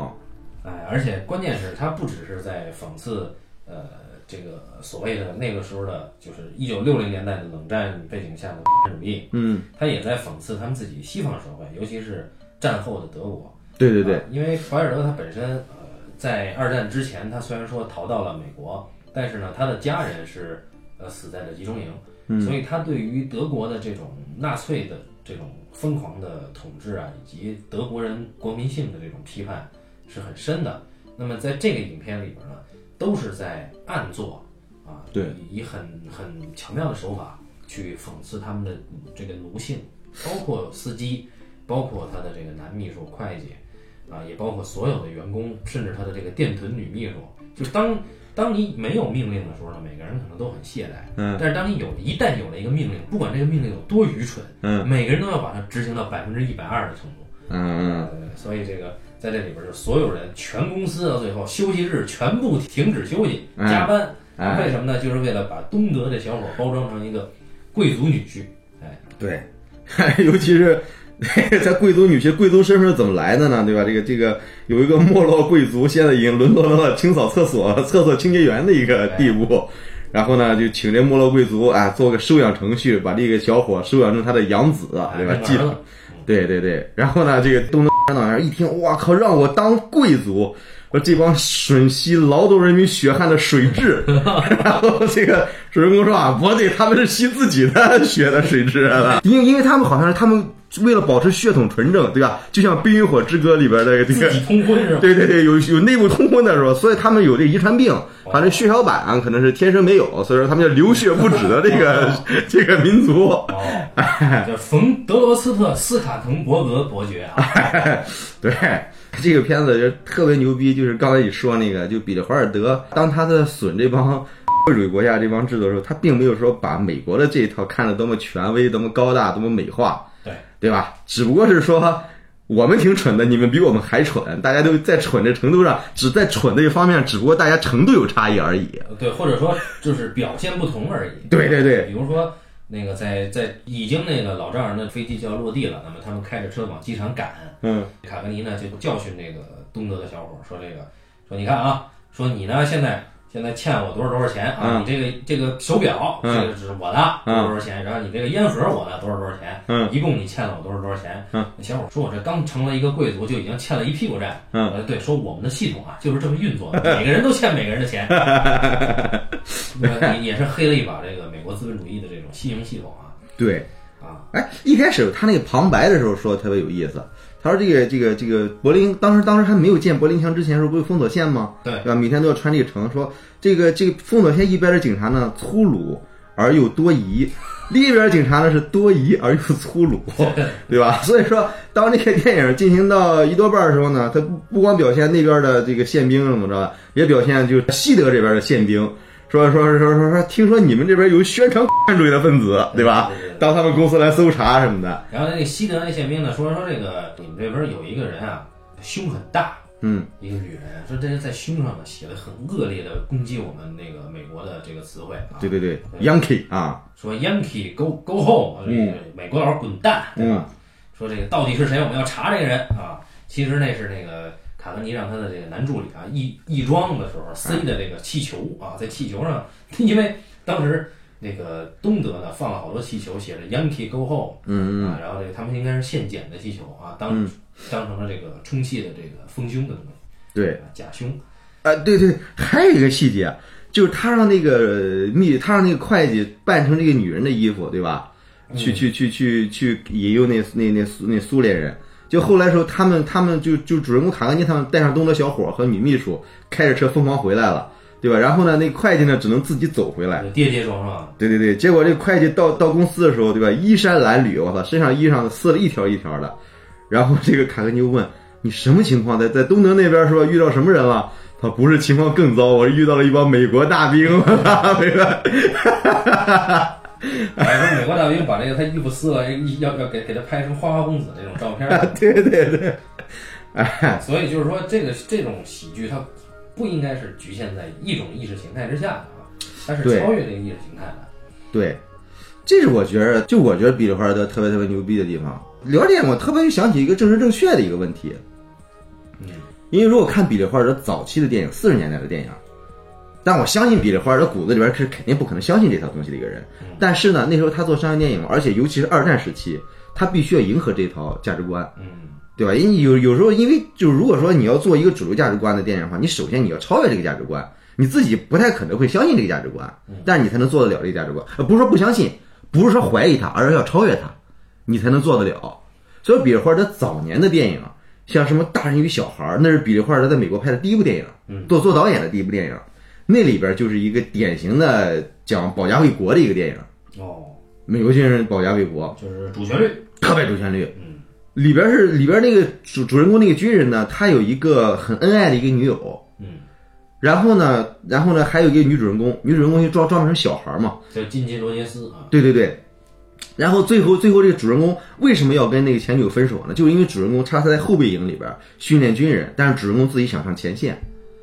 哎，而且关键是，他不只是在讽刺，呃，这个所谓的那个时候的，就是一九六零年代的冷战背景下的资本主义，
嗯，
他也在讽刺他们自己西方社会，尤其是战后的德国。
对对对
啊，因为怀尔德他本身，呃，在二战之前，他虽然说逃到了美国，但是呢，他的家人是呃死在了集中营，
嗯
所以他对于德国的这种纳粹的这种疯狂的统治啊，以及德国人国民性的这种批判是很深的。那么在这个影片里边呢，都是在暗做啊，
对
以以很很巧妙的手法去讽刺他们的这个奴性包括司机，包括他的这个男秘书、会计，啊，也包括所有的员工，甚至他的这个电臀女秘书。就是当当你没有命令的时候呢，每个人可能都很懈怠。
嗯，
但是当你有一旦有了一个命令，不管这个命令有多愚蠢，
嗯，
每个人都要把它执行到百分之一百二的程度。
嗯嗯，
呃，所以这个在这里边儿就是所有人，全公司到最后休息日全部停止休息，
嗯
加班。
哎，
为什么呢？就是为了把东德这小伙包装成一个贵族女婿。
对， [LAUGHS] 尤其是 [LAUGHS] 在贵族女婿，贵族身份是怎么来的呢？对吧？这个这个有一个没落贵族，现在已经沦落到清扫厕所、厕所清洁员的一个地步。然后呢，就请这没落贵族啊，做个收养程序，把这个小伙收养成他的养子，对吧？继
哎完啊了，
对对对，然后呢，这个东东导员一听，哇靠，让我当贵族，说这帮吮吸劳动人民血汗的水蛭， [LAUGHS] 然后这个主人公说啊，不对，他们是吸自己的血的水蛭啊，因为因为他们好像是他们为了保持血统纯正，对吧？就像《冰与火之歌》里边的这
自
个。
己通婚是吧？
对对对，有有内部通婚的时候，所以他们有这遗传病，反正血小板啊可能是天生没有，所以说他们叫流血不止的这个这个民族。 [LAUGHS]
哦，叫冯德罗斯特斯卡滕伯格伯爵啊，
对，这个片子就特别牛逼，就是刚才你说那个，就彼得华尔德，当他在损这帮 [LAUGHS] 社会主义国家这帮制度的时候，他并没有说把美国的这一套看得多么权威、多么高大、多么美化，
对
对吧？只不过是说。我们挺蠢的，你们比我们还蠢，大家都在蠢的程度上，只在蠢的一方面，只不过大家程度有差异而已。
对，或者说就是表现不同而已。
对对对，
比如说那个在在已经那个老丈人的飞机就要落地了，那么他们开着车往机场赶，
嗯
卡格尼呢就教训这个东德的小伙儿说：“这个说你看啊，说你呢现在现在欠我多少多少钱啊？
嗯
你这个这个手表
嗯
这个是我的多
嗯
少多少钱，然后你这个烟盒我的多少多少钱，
嗯
一共你欠了我多少多少钱？
嗯
那小伙儿说我这刚成了一个贵族就已经欠了一屁股债。
嗯
呃，对，说我们的系统啊就是这么运作的， [LAUGHS] 每个人都欠每个人的
[LAUGHS]
钱。呃也也是黑了一把这个美国资本主义的这种新型系统啊
对。
啊，
哎，一开始他那个旁白的时候说的特别有意思，他说这个这个这个柏林当时当时还没有建柏林墙之前的时候，不是封锁线吗？
对
吧？每天都要穿这个城，说这个这个封锁线一边的警察呢粗鲁而又多疑，另一边的警察呢是多疑而又粗鲁，对吧？ [LAUGHS] 所以说，当这个电影进行到一多半的时候呢，他不不光表现那边的这个宪兵怎么着，啊也表现就是西德这边的宪兵。说说说说说说，听说你们这边有宣传共产主义的分子，对吧
对对对？啊
到他们公司来搜查什么的。
然后那个西德那宪兵呢说说这个你们这边有一个人啊胸很大，
嗯，
一个女人说这是在胸上呢写了很恶劣的攻击我们那个美国的这个词汇啊，
对对对，Yankee 啊，
说 Yankee go go home，
嗯
美国佬滚蛋，对吧？
嗯
说这个到底是谁？我们要查这个人啊！其实那是那个卡格尼让他的这个男助理啊翼翼装的时
嗯
候塞的这个气球啊，在气球上， [LAUGHS] 因为当时那个东德呢放了好多气球，写着 Yankee Go Home
嗯
啊，然后这个他们应该是现剪的气球啊，当、当成了这个充气的这个丰胸的东西，
对，
啊假胸，
啊对对，还有一个细节，就是他让那个密，他让那个会计扮成这个女人的衣服，对吧？去去去去去引诱那那那苏那苏联人。就后来的时候，他们他们就就主人公卡格尼他们带上东德小伙和女秘书，开着车疯狂回来了，对吧？然后呢，那会计呢只能自己走回来。
就呃跌跌撞撞。
对对对，结果这会计到到公司的时候，对吧？衣衫褴褛，我操，身上衣裳撕了一条一条的。然后这个卡格尼就问：“你什么情况？在在东德那边是吧？遇到什么人了？”他说不是情况更糟，我是遇到了一帮美国大兵， [LAUGHS] 美国
哎，说美国大兵把这个他衣服撕了，要要给给他拍成花花公子那种照片儿。
[LAUGHS] 对对对，哎，
所以就是说，这个这种喜剧它不应该是局限在一种意识形态之下的啊，它是
对
超越这个意识形态的。
对，这是我觉得，就我觉得彼得华尔德特别特别牛逼的地方。聊这个，我特别想起一个政治正确的一个问题，
嗯，
因为如果看彼得华尔德早期的电影，四十年代的电影，但我相信彼得华尔德骨子里边是肯定不可能相信这套东西的一个人。但是呢，那时候他做商业电影嘛，而且尤其是二战时期，他必须要迎合这套价值观，
嗯，
对吧？因为有有时候，因为就如果说你要做一个主流价值观的电影的话，你首先你要超越这个价值观，你自己不太可能会相信这个价值观，但是你才能做得了这个价值观。呃，不是说不相信，不是说怀疑它，而是要超越它，你才能做得了。所以，比尔·霍尔德早年的电影，像什么《大人与小孩》，那是比利·霍尔德在美国拍的第一部电影，做做导演的第一部电影，那里边就是一个典型的讲保家卫国的一个电影，
哦，
美国军人保家卫国。
就是主旋律。
大败主旋律。
嗯
里边是里边那个主主人公那个军人呢，他有一个很恩爱的一个女友，
嗯，
然后呢，然后呢还有一个女主人公，女主人公就装装扮成小孩嘛，
叫金奇罗杰斯啊，
对对对。然后最后最后这个主人公为什么要跟那个前女友分手呢？就是因为主人公他他在后备营里边训练军人，但是主人公自己想上前线，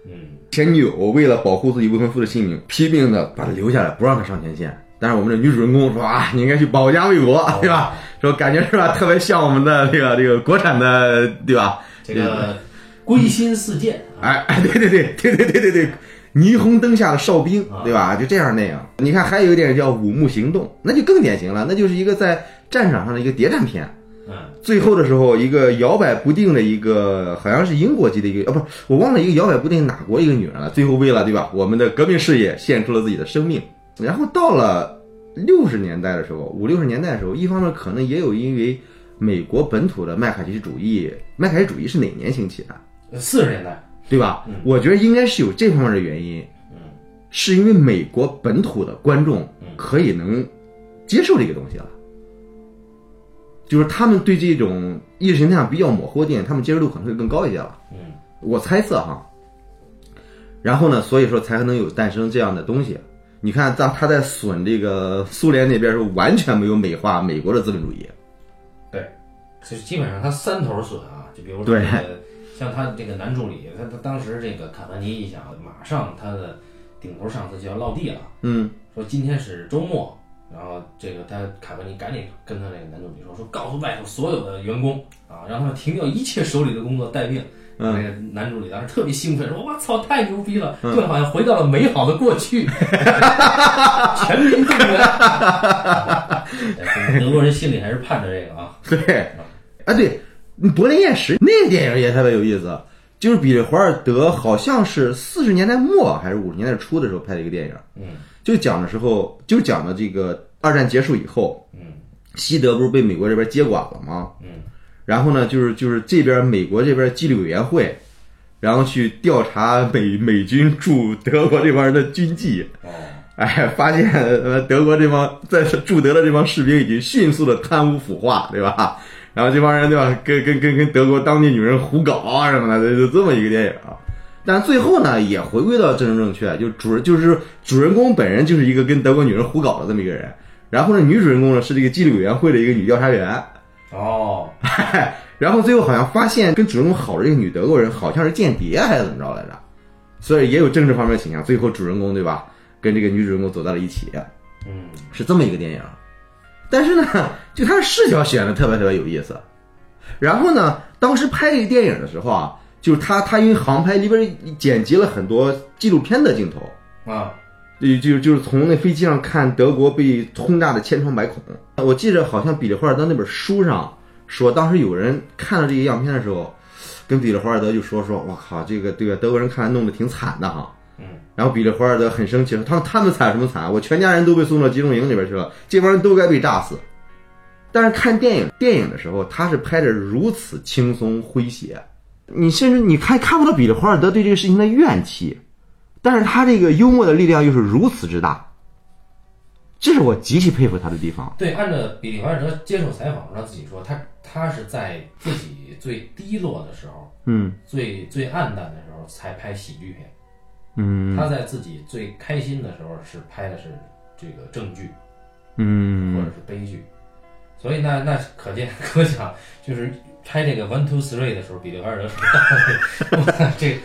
嗯
前女友为了保护自己未婚夫的性命，批评他把他留下来，不让他上前线。但是我们的女主人公说啊，你应该去保家卫国，对吧？说感觉是吧，特别像我们的这个这个国产的，对吧？
这个归心似箭啊，
哎，哎对对对对对对对对，霓虹灯下的哨兵
啊，
对吧？就这样那样。你看，还有一个电影叫《五木行动》，那就更典型了，那就是一个在战场上的一个谍战片。
嗯
最后的时候，一个摇摆不定的一个，好像是英国籍的一个，啊，不是，我忘了一个摇摆不定哪国一个女人了。最后为了对吧，我们的革命事业献出了自己的生命。然后到了六十年代的时候，五六十年代的时候，一方面可能也有因为美国本土的麦卡锡主义，麦卡锡主义是哪年兴起的？
四十年代，
对吧？
嗯
我觉得应该是有这方面的原因，
嗯
是因为美国本土的观众
嗯
可以能接受这个东西了，就是他们对这种意识形态上比较模糊的电影，他们接受度可能会更高一些了。
嗯
我猜测哈。然后呢，所以说才能有诞生这样的东西。你看，他他在损这个苏联那边时候，完全没有美化美国的资本主义。
对，就是基本上他三头损啊，就比如说
对
这个像他这个男助理，他他当时这个卡凡尼一想，马上他的顶头上司就要落地了，
嗯，
说今天是周末，然后这个他卡凡尼赶紧跟他这个男助理说，说告诉外头所有的员工啊，让他们停掉一切手里的工作待命。
嗯
那个男助理当时特别兴奋，说：“我操，太牛逼了！就好像回到了美好的过去， [LAUGHS] 全民动员。 [LAUGHS] 哎”德国人心里还是盼着这个啊，
[LAUGHS] 对，啊对，柏林夜食那个电影也特别有意思，就是比利华尔德好像是四十年代末还是五十年代初的时候拍的一个电影，
嗯
就讲的时候就讲的这个二战结束以后，
嗯
西德不是被美国这边接管了吗？
嗯
然后呢，就是就是这边美国这边纪律委员会，然后去调查美美军驻德国这帮人的军纪，
哦，
哎，发现呃德国这帮在驻德的这帮士兵已经迅速的贪污腐化，对吧？然后这帮人对吧，跟跟跟跟德国当地女人胡搞啊什么的，就就这么一个电影啊。但最后呢，也回归到政治正确，就主就是主人公本人就是一个跟德国女人胡搞的这么一个人，然后呢，女主人公呢是这个纪律委员会的一个女调查员，
哦，
然后最后好像发现跟主人公好的这个女德国人好像是间谍还是怎么着来着，所以也有政治方面的倾向。最后主人公对吧，跟这个女主人公走到了一起，啊
嗯，
是这么一个电影。但是呢，就他的视角选的特别特别有意思。然后呢，当时拍这个电影的时候啊，就是他他因为航拍里边剪辑了很多纪录片的镜头，
啊，
就就就是从那飞机上看德国被轰炸的千疮百孔。我记着好像比利华尔德那本书上说，当时有人看到这个样片的时候，跟比利华尔德就说说，我靠，这个这个德国人看来弄得挺惨的哈。
嗯
然后比利华尔德很生气说，他们他们惨什么惨？啊我全家人都被送到集中营里边去了，这帮人都该被炸死。但是看电影电影的时候，他是拍的如此轻松诙谐，你甚至你看看不到比利华尔德对这个事情的怨气，但是他这个幽默的力量又是如此之大，这是我极其佩服他的地方。
对，按照比利华尔德接受采访，他自己说，他他是在自己最低落的时候，
嗯
最最暗淡的时候才拍喜剧片，
嗯
他在自己最开心的时候是拍的是这个正剧或
嗯
者是悲剧，所以那那可见 [LAUGHS] 可想就是拍这个 One Two Three 的时候，比利华尔德说， [LAUGHS] 哇这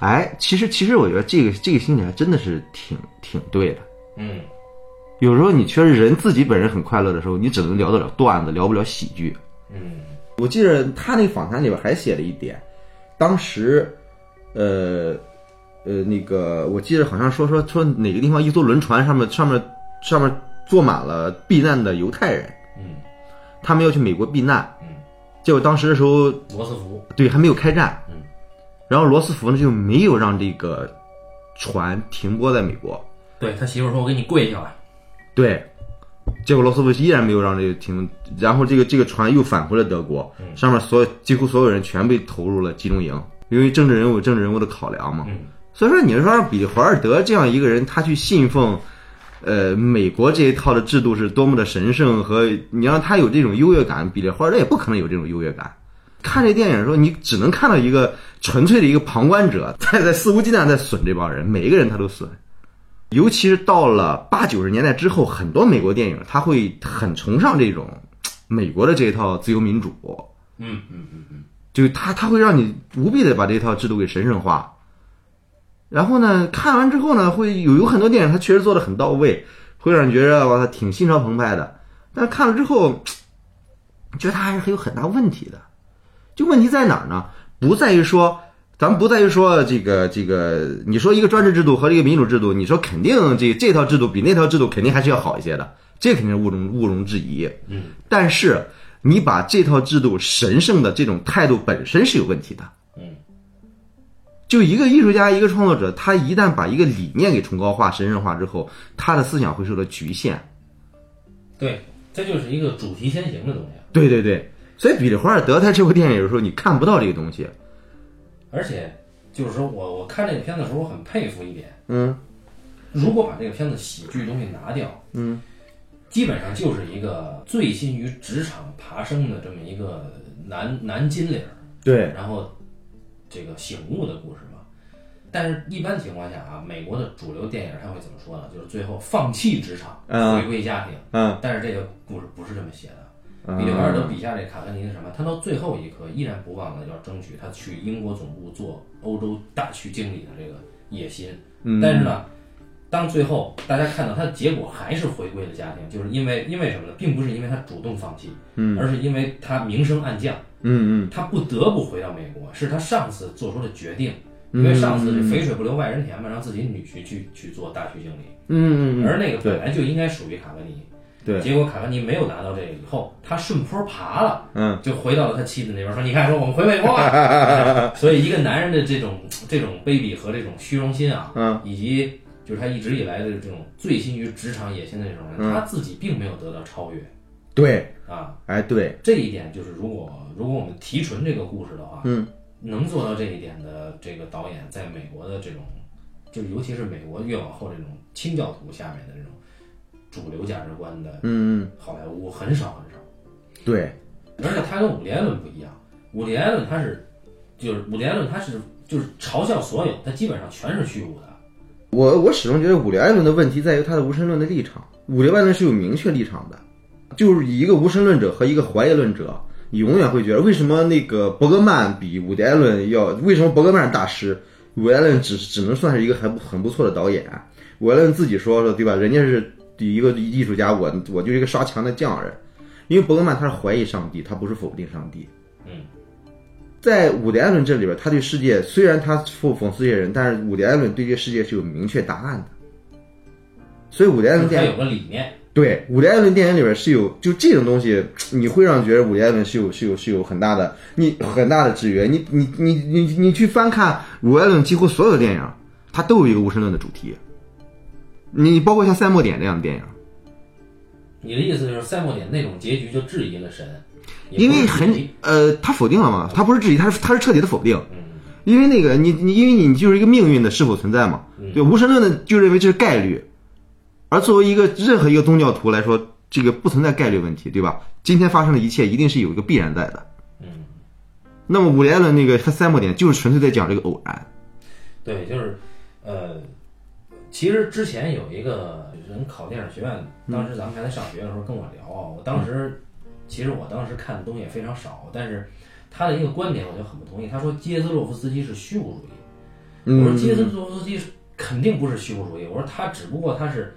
哎，其实其实我觉得这个这个心理还真的是挺挺对的。
嗯
有时候你确实人自己本人很快乐的时候，你只能聊得了段子，聊不了喜剧。
嗯
我记得他那访谈里边还写了一点，当时，呃，呃，那个我记得好像说说说哪个地方一艘轮船上面上面上面坐满了避难的犹太人，
嗯
他们要去美国避难，
嗯，
结果当时的时候
罗斯福
对还没有开战，
嗯，
然后罗斯福呢就没有让这个船停泊在美国，
对他媳妇儿说：“我给你跪下来。
对，结果罗斯福依然没有让这个停，然后这个这个船又返回了德国，上面所有几乎所有人全被投入了集中营，因为政治人物有政治人物的考量嘛。
嗯
所以说，你说让比利华尔德这样一个人，他去信奉呃，美国这一套的制度是多么的神圣和你让他有这种优越感，比利华尔德也不可能有这种优越感。看这电影的时候，你只能看到一个纯粹的一个旁观者在在肆无忌惮在损这帮人，每一个人他都损。尤其是到了八九十年代之后，很多美国电影他会很崇尚这种美国的这一套自由民主，
嗯嗯嗯嗯，
就他他会让你无比的把这套制度给神圣化。然后呢，看完之后呢，会有有很多电影，它确实做的很到位，会让你觉得哇，它挺心潮澎湃的。但看了之后，觉得它还是很有很大问题的。就问题在哪儿呢？不在于说，咱们不在于说这个这个，你说一个专制制度和一个民主制度，你说肯定这这套制度比那套制度肯定还是要好一些的，这肯定是毋容毋容置疑。
嗯，
但是你把这套制度神圣的这种态度本身是有问题的。
嗯，
就一个艺术家、一个创作者，他一旦把一个理念给崇高化、神圣化之后，他的思想会受到局限。
对，这就是一个主题先行的东西。啊
对对对，所以比利·华尔德在这部电影的时候，你看不到这个东西。
而且就是说我我看这个片子的时候，我很佩服一点，
嗯
如果把这个片子喜剧东西拿掉，
嗯，
基本上就是一个醉心于职场爬升的这么一个男男金领儿，
对，
然后这个醒悟的故事嘛。但是，一般情况下啊，美国的主流电影它会怎么说呢？就是最后放弃职场，
嗯
回归家庭。
嗯
但是这个故事不是这么写的。
嗯
比利华尔德笔下这卡格尼是什么？他到最后一刻依然不忘了要争取他去英国总部做欧洲大区经理的这个野心。
嗯
但是呢，当最后大家看到他的结果还是回归了家庭，就是因为因为什么呢？并不是因为他主动放弃，嗯，而是因为他明升暗降，
嗯嗯
他不得不回到美国，是他上司做出的决定。
嗯
因为上司是肥水不流外人田嘛，让自己女婿去去做大区经理，
嗯嗯嗯，
而那个本来就应该属于卡格尼，
对，
结果卡格尼没有拿到这个以后，他顺坡爬了，
嗯，
就回到了他妻子那边，说：“你看，说我们回美国
[LAUGHS]
吧。”所以，一个男人的这种这种卑鄙和这种虚荣心啊，
嗯，
以及就是他一直以来的这种醉心于职场野心的这种人，
嗯
他自己并没有得到超越
对，
啊。
哎对，
这一点就是，如果如果我们提纯这个故事的话，
嗯，
能做到这一点的这个导演，在美国的这种，就是尤其是美国越往后这种清教徒下面的这种主流价值观的
嗯嗯
好莱坞很少很少。
对，
而且他跟伍迪·艾伦不一样，伍迪·艾伦他是，就是伍迪·艾伦他是就是嘲笑所有，他基本上全是虚无的。
我我始终觉得伍迪·艾伦的问题在于他的无神论的立场。伍迪·艾伦是有明确立场的，就是以一个无神论者和一个怀疑论者，你永远会觉得为什么那个伯格曼比伍迪·艾伦要为什么伯格曼是大师，伍迪·艾伦只只能算是一个很不很不错的导演。啊伍迪·艾伦自己说说对吧？人家是一个艺术家，我我就是一个刷墙的匠人。因为伯格曼他是怀疑上帝，他不是否定上帝。
嗯，
在伍迪·艾伦这里边，他对世界虽然他讽讽刺这些人，但是伍迪·艾伦对这个世界是有明确答案的。所以伍迪·艾伦
他
电影
有个理念，
对伍迪·艾伦电影里边是有就这种东西，你会让觉得伍迪·艾伦是有是有是有很大的你很大的制约。你你你你你去翻看伍迪·艾伦几乎所有的电影，它都有一个无神论的主题。你包括像《赛末点》这样的电影，
你的意思就是赛末点那种结局就质疑了神，也
因
不是
为很
质疑
呃，他否定了嘛，他不是质疑，他是他是彻底的否定。
嗯
因为那个你你因为你就是一个命运的是否存在嘛，
嗯
对无神论的就认为这是概率，而作为一个任何一个宗教徒来说，这个不存在概率问题，对吧？今天发生的一切一定是有一个必然在的。
嗯，
那么伍迪·艾伦那个他三莫点就是纯粹在讲这个偶然，
对，就是呃，其实之前有一个人考电影学院，当时咱们还在上学的时候跟我聊啊，我当时其实我当时看的东西也非常少，但是他的一个观点我就很不同意，他说杰兹洛夫斯基是虚无主义。我说
嗯
杰森·佐夫斯基是肯定不是虚无主义，我说他只不过他是，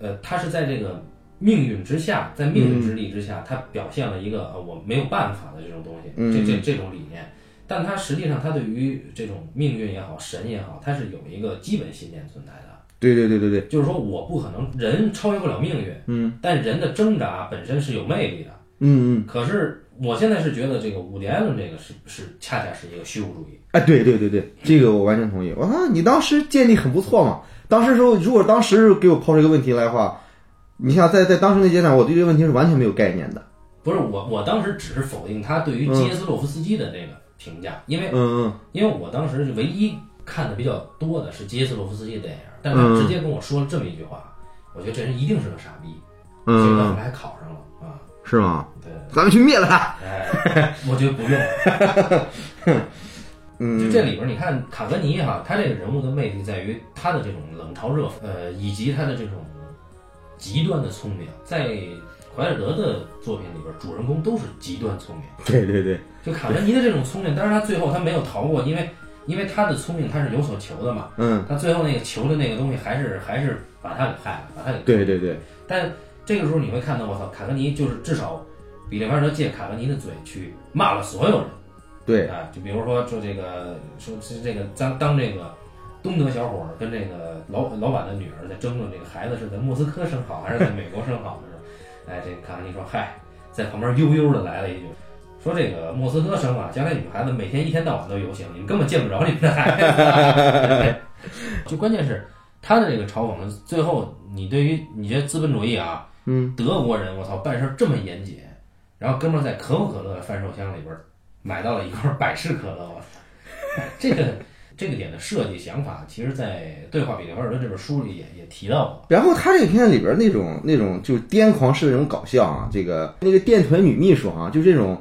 呃，他是在这个命运之下，在命运之力之下，他表现了一个呃我没有办法的这种东西，这这这种理念。但他实际上，他对于这种命运也好，神也好，他是有一个基本信念存在的，
对对对对对，
就是说我不可能人超越不了命运，嗯，但人的挣扎本身是有魅力的。
嗯嗯，
可是我现在是觉得这个伍迪·艾伦这个是是恰恰是一个虚无主义，
哎，对对对对，这个我完全同意。我啊，你当时建立很不错嘛。当时时候，如果当时给我抛出一个问题来的话，你像在在当时那阶段，我对这个问题是完全没有概念的。
不是我，我当时只是否定他对于基耶斯洛夫斯基的这个评价，因为
嗯嗯
因为我当时是唯
嗯
一看的比较多的是基耶斯洛夫斯基的电影，但是他直接跟我说了这么一句话，我觉得这人一定是个傻逼，结果后
嗯，
来还考上了啊。
是吗？
对，
咱们去灭了他。
哎， [LAUGHS] 我觉得不用。就
嗯，
这里边，你看卡格尼哈，他这个人物的魅力在于他的这种冷嘲热讽，呃，以及他的这种极端的聪明。在怀尔德的作品里边，主人公都是极端聪明。
对对对，
就卡格尼的这种聪明，当然他最后他没有逃过，因为因为他的聪明他是有所求的嘛。
嗯，
他最后那个求的那个东西，还是还是把他给害了，把他给
对对对，
但这个时候你会看到，我操，卡格尼就是至少比利凡德借卡格尼的嘴去骂了所有人。
对，
啊，就比如说说这个说是这个当当这个东德小伙儿跟这个老老板的女儿在争论这个孩子是在莫斯科生好还是在美国生好的时候，哎，这个卡尼说嗨，在旁边悠悠的来了一句。说这个莫斯科生啊，将来女孩子每天一天到晚都游行，你们根本见不着你们的孩子、 [LAUGHS] 就关键是他的这个嘲讽，最后你对于你觉得资本主义啊，
嗯，
德国人我操办事儿这么严谨，然后哥们儿在可口可乐的贩售箱里边儿买到了一罐百事可乐，我操！哎这个这个点的设计想法，其实在《对话比利华尔德》这本书里也也提到过。 [LAUGHS]
然后他这个片子里边那种那种就是癫狂式的那种搞笑啊，这个那个电臀女秘书啊，就这种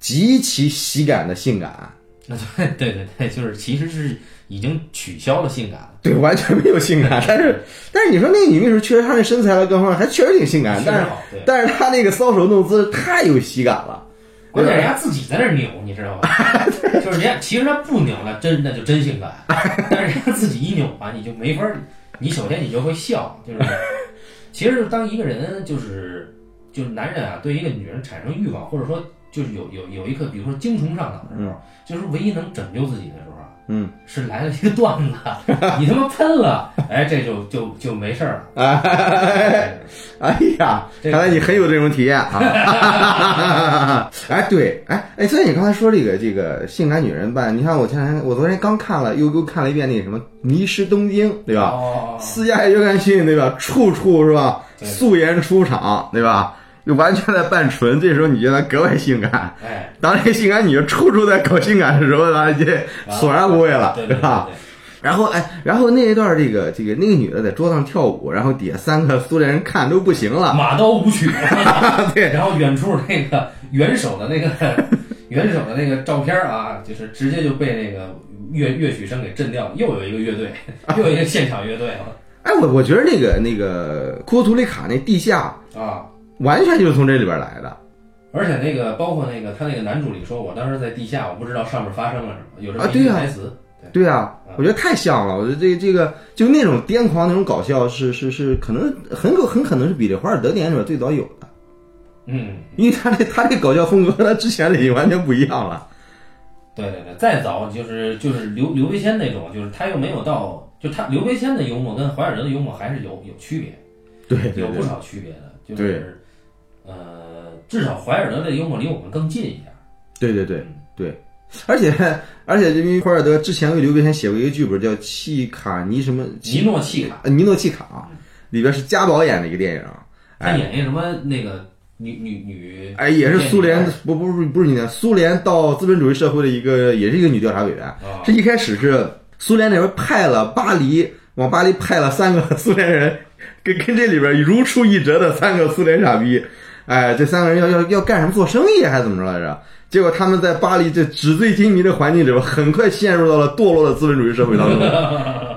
极其喜感的性感，
那对对对对，就是其实是已经取消了性感了，
对，完全没有性感。但是但是你说那个女秘书确实她那身材和各方面还确实挺性感，
确
啊但
实
是
好对。
但是她那个搔首弄姿太有喜感了。
而且人家自己在那儿扭，你知道吧？
[LAUGHS]
就是人家其实他不扭了，真那就真性感。但是人家自己一扭吧，你就没法儿，你首先你就会笑，
[LAUGHS]
就是。其实当一个人就是就是男人啊，对一个女人产生欲望，或者说就是有有有一刻，比如说精虫上脑的时候，就是唯一能拯救自己的时候啊，
嗯，
[LAUGHS] 是来了一个段子，你他妈喷了，哎，这就就就没事儿
[LAUGHS]
了。哎
哎呀，
这
看
个
来你很有这种体
[LAUGHS]
验啊！ [LAUGHS] 哎，对，哎哎，所以你刚才说这个这个性感女人办，你看我前两天我昨天刚看了又又看了一遍那个什么《迷失东京》，对吧？
哦
私下约干训对吧？处处是吧？
对
素颜出场对吧？就完全在扮纯，这时候你觉得格外性感。
哎，
当这个性感女处处在搞性感的时候呢，已经索然无味了，
啊对对对
吧？
对。
然后哎，然后那一段这个这个那个女的在桌上跳舞，然后底下三个苏联人看都不行了，
马刀舞曲，
[LAUGHS] 对
然后远处那个元首的那
[LAUGHS]
个元首的那个照片啊，就是直接就被那个乐乐曲声给震掉了，又有一个乐
[LAUGHS]
队，又有一个现场乐队了
哎，我我觉得那个那个库图里卡那地下
啊！
完全就是从这里边来的。
而且那个包括那个他那个男主里说，我当时在地下，我不知道上面发生了什么，有什么
啊对
一
呀
台词，
对啊，我觉得太像了。我觉得这这个就那种癫狂、那种搞笑是，是是可能很有很可能是比利华尔德电影里面最早有的，
嗯，
因为他这他这搞笑风格和他之前的已经完全不一样了。
对对对，再早就是就是刘刘维谦那种，就是他又没有到，就他刘维谦的幽默跟怀尔德的幽默还是有有区别。
对对
有不
对，
少区别的，就是呃，至少怀尔德的幽默离我们更近一点。
对对对对，而且 [LAUGHS] 而且因为怀尔德之前为刘别谦写过一个剧本叫《契卡尼什么》
吉诺契卡，
呃尼诺契卡啊，里边是嘉宝演的一个电影，啊
他演那什么那个女女女
哎，也是苏联不不不不是你的苏联到资本主义社会的一个，也是一个女调查委员。
啊，
这一开始是苏联那边派了巴黎，往巴黎派了三个 [LAUGHS] 苏联人，跟跟这里边如出一辙的三个苏联傻逼，哎，这三个人要要要干什么做生意还是怎么着来着？结果他们在巴黎这纸醉金迷的环境里边，很快陷入到了堕落的资本主义社会当中。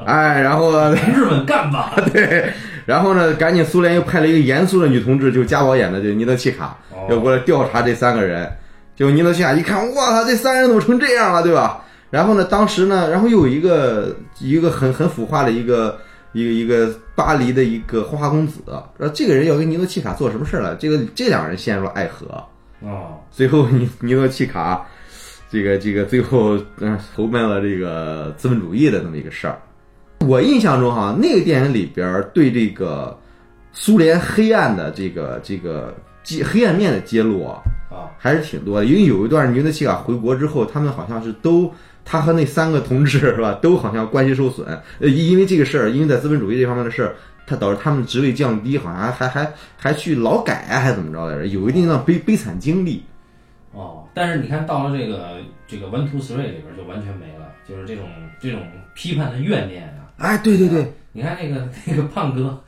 哎，然后呢
日本干啊
[LAUGHS]
吧，
对，然后呢，赶紧苏联又派了一个严肃的女同志，就是嘉宝演的这尼德契卡，
哦
要过来调查这三个人。就尼德契卡一看，哇操，这三人怎么成这样了，对吧？然后呢，当时呢，然后又有一个一个很很腐化的一个一个一个巴黎的一个花花公子，说这个人要跟尼德契卡做什么事儿了？这个这两人陷入了爱河。
哦，
最后尼尼诺契卡，这个这个最后嗯投奔了这个资本主义的那么一个事儿。我印象中哈，那个电影里边儿对这个苏联黑暗的这个这个揭黑暗面的揭露啊，
啊，
还是挺多的。因为有一段尼诺契卡回国之后，他们好像是都。他和那三个同志是吧，都好像关系受损， [LAUGHS] 呃，因因为这个事儿，因为在资本主义这方面的事儿，他导致他们职位降低，好像还还还还去劳改啊，还怎么着来着，有一定的悲悲惨经历。
哦，但是你看到了这个这个 One Two Three 里边就完全没了，就是这种这种批判的怨念啊。
哎，对对对，
你看那个那个胖哥，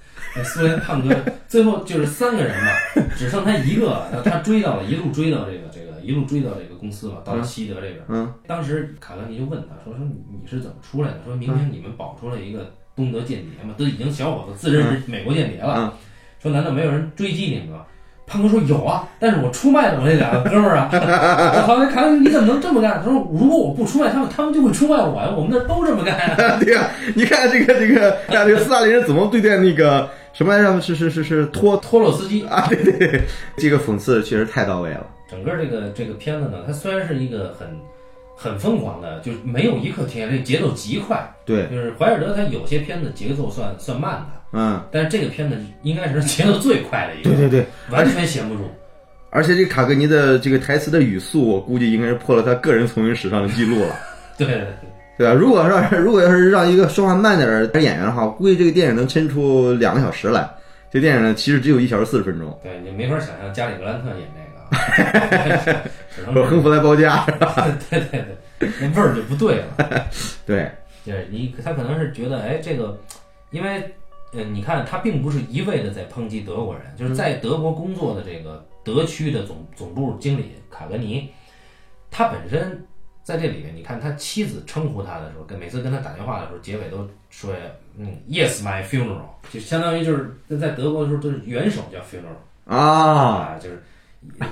苏联胖哥最后就是三个人嘛，只剩他一个了，然后他追到了，一路追到这个这个，一路追到这个公司嘛，到了西德这边。
嗯， [LAUGHS]
当时卡格尼就问他说：“说你你是怎么出来的？说明
嗯
明你们保出了一个东德间谍嘛，都已经小伙子自认是美国间谍了，
嗯
说难道没有人追击你们吗？”胖哥说：“有啊，但是我出卖了我那两个哥们儿啊。” [LAUGHS] 好像卡格尼你怎么能这么干？他说：“如果我不出卖他们，他们就会出卖我呀。我们那儿都这么干啊呀。
对呀、你看这个这个，看这个斯大林是怎么对待那个什么来着？是是是是托”
托洛斯基
啊，对对对，这个讽刺确实太到位了。
整个这个这个片子呢，它虽然是一个很很疯狂的，就是没有一刻停下来，节奏极快。
对，
就是怀尔德他有些片子节奏算算慢的，
嗯，
但是这个片子应该是节奏最快的一个，
对对对，
完全闲不住。
而且这卡格尼的这个台词的语速，我估计应该是破了他个人从影史上的记录了。
对对对，
[LAUGHS] 对吧？如果让如果要是让一个说话慢点儿的演员的话，估计这个电影能抻出两个小时来。这电影呢，其实只有一小时四十分钟，
对你没法想象加里格兰特演这个
[LAUGHS]
啊，只能
不是
是
亨弗莱包家。
[LAUGHS] 对对对，那味儿就不对了。
对，
对你，他可能是觉得，哎，这个，因为，呃，你看，他并不是一味的在抨击德国人，就是在德国工作的这个德区的总总部经理卡格尼，他本身在这里面，你看他妻子称呼他的时候，跟每次跟他打电话的时候，结尾都说，嗯，Yes, my funeral，就相当于就是在德国的时候，就是元首叫 funeral
啊，
啊，就是。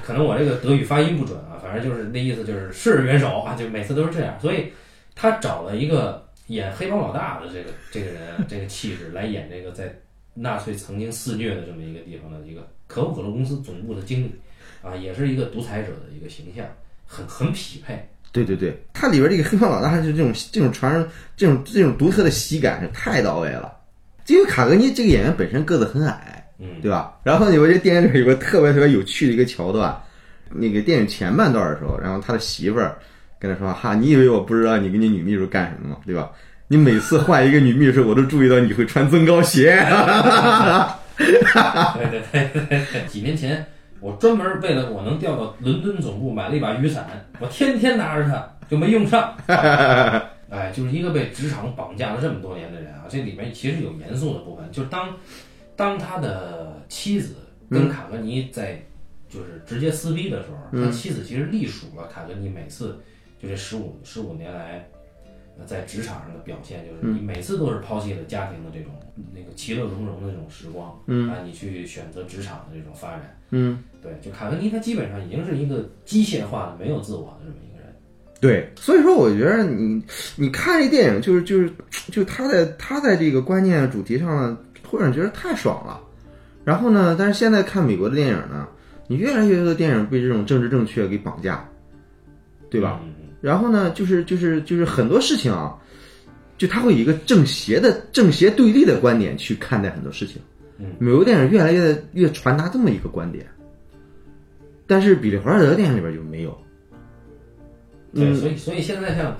可能我这个德语发音不准啊，反正就是那意思，就是是元首啊，就每次都是这样，所以他找了一个演黑帮老大的这个这个人，啊这个气质来演这个在纳粹曾经肆虐的这么一个地方的一个可口可乐公司总部的经理，啊，也是一个独裁者的一个形象，很很匹配。
对对对，它里边这个黑帮老大就这种这种传人这种这种独特的喜感是太到位了。因为卡格尼这个演员本身个子很矮，
嗯，
对吧？然后你我这电影里边有个特别特别有趣的一个桥段，那个电影前半段的时候，然后他的媳妇儿跟他说：“哈，你以为我不知道你跟你女秘书干什么吗？对吧？你每次换一个女秘书，我都注意到你会穿增高鞋。 [LAUGHS]
对对对对对，几年前我专门为了我能调到伦敦总部买了一把雨伞，我天天拿着它就没用上。哎，就是一个被职场绑架了这么多年的人啊，这里面其实有严肃的部分，就是当当他的妻子跟卡格尼在就是直接撕逼的时候，他妻子其实隶属了卡格尼每次就这十五十五年来。呃在职场上的表现就是，你每次都是抛弃了家庭的这种、那个其乐融融的这种时光，嗯啊，你去选择职场的这种发展，
嗯，
对，就卡格尼他基本上已经是一个机械化的、没有自我的这么一个人，
对，所以说我觉得你你看这电影、就是，就是就是他在他在这个观念主题上呢，会让人觉得太爽了。然后呢，但是现在看美国的电影呢，你越来越多的电影被这种政治正确给绑架，对吧？
嗯？嗯嗯
然后呢，就是就是就是很多事情啊，就他会以一个正邪的正邪对立的观点去看待很多事情。
嗯，
美国电影越来越越传达这么一个观点，但是比利华尔德电影里边就没有。嗯
对，所以所以现在像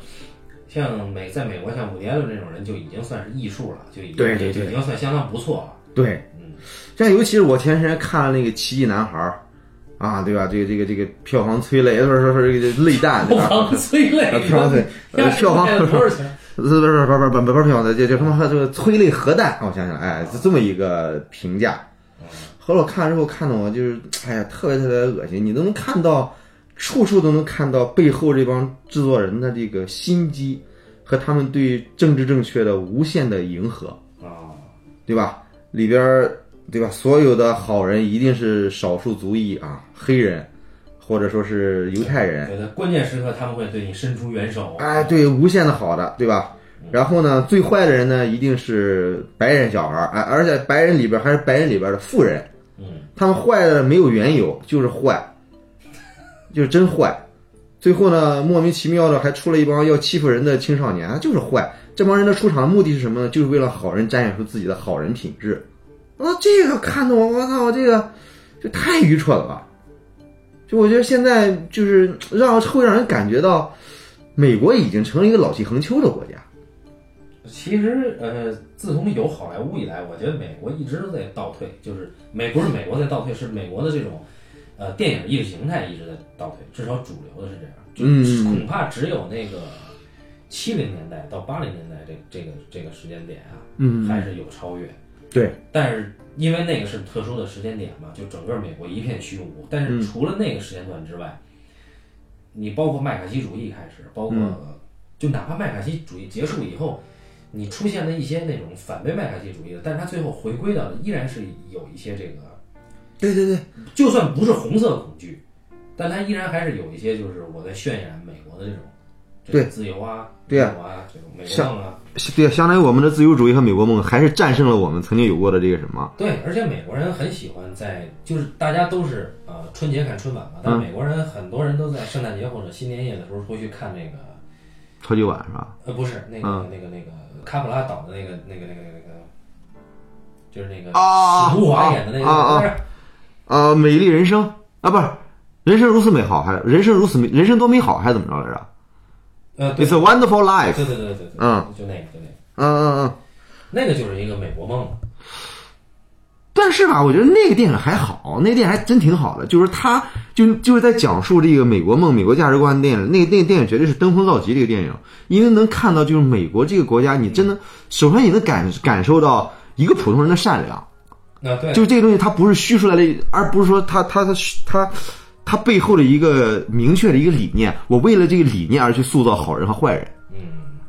像美在美国像伍迪艾伦这种人就已经算是艺术了，就已经
对对对
就已经算相当不错了。
对，
嗯，
像尤其是我前段时间看了那个《奇迹男孩》，儿》，啊，对吧？这个这个这个票房催泪，不是说是这个泪弹，对
票
吧？
房催泪
啊，票房催，
[LAUGHS]
呃，票房
多少钱？
不是不是不是不是不是票房，这这什么这个催泪核弹，我想想，哎，就这么一个评价。
嗯
后来我看了之后，看的我就是，哎呀，特别特别恶心。你都能看到，处处都能看到背后这帮制作人的这个心机和他们对政治正确的无限的迎合。
啊，
对吧？里边儿对吧？所有的好人一定是少数族裔啊，黑人，或者说是犹太人，
对的，关键时刻他们会对你伸出援手。
哎，对，无限的好的，对吧？然后呢，最坏的人呢，一定是白人小孩儿，哎，而且白人里边还是白人里边的富人，
嗯，
他们坏的没有缘由，就是坏，就是真坏。最后呢，莫名其妙的还出了一帮要欺负人的青少年，啊就是坏。这帮人的出场目的是什么呢？就是为了好人彰显出自己的好人品质。啊，这个看得我，我操，这个就太愚蠢了吧！就我觉得现在就是让会让人感觉到，美国已经成了一个老气横秋的国家。
其实呃，自从有好莱坞以来，我觉得美国一直都在倒退，就是美不是美国在倒退，是美国的这种呃电影意识形态一直在倒退，至少主流的是这样。就
嗯
是恐怕只有那个七零年代到八零年代这这个这个时间点啊，
嗯
还是有超越。
对，
但是因为那个是特殊的时间点嘛，就整个美国一片虚无。但
嗯
是除了那个时间段之外，你包括麦卡锡主义开始，包括、
嗯
就哪怕麦卡锡主义结束以后，你出现了一些那种反对麦卡锡主义的，但是他最后回归到的依然是有一些这个，
对对对，
就算不是红色恐惧，但他依然还是有一些就是我在渲染美国的这种。这种
对
自由啊，
对啊
自由啊，这种美国
像
梦啊，
对，相当于我们的自由主义和美国梦还是战胜了我们曾经有过的这个什么，
对，而且美国人很喜欢在，就是大家都是呃春节看春晚嘛，但
嗯
是美国人很多人都在圣诞节或者新年夜的时候会去看那个，
超级碗是吧？
呃，不是那个、
嗯
那个那个卡普拉岛的那个那个那个那个那个，就是那个
啊
史努瓦演的那个，
啊啊啊
不是
啊，美丽人生啊，不是，人生如此美好，还人生如此美，人生多美好，还是怎么着来着
呃，对
？It's a wonderful life
对对对对对，
嗯
就那个就那个，
嗯。嗯嗯。
那个就是一个美国梦嘛，
但是吧，我觉得那个电影还好，那个电影还真挺好的，就是他就就是在讲述这个美国梦、美国价值观的电影。那个那个电影绝对是登峰造极的一个电影，因为能看到就是美国这个国家，你真的首先你能感感受到一个普通人的善良，
那对，
就这个东西它不是虚出来的，而不是说它它它它它背后的一个明确的一个理念，我为了这个理念而去塑造好人和坏人。
嗯，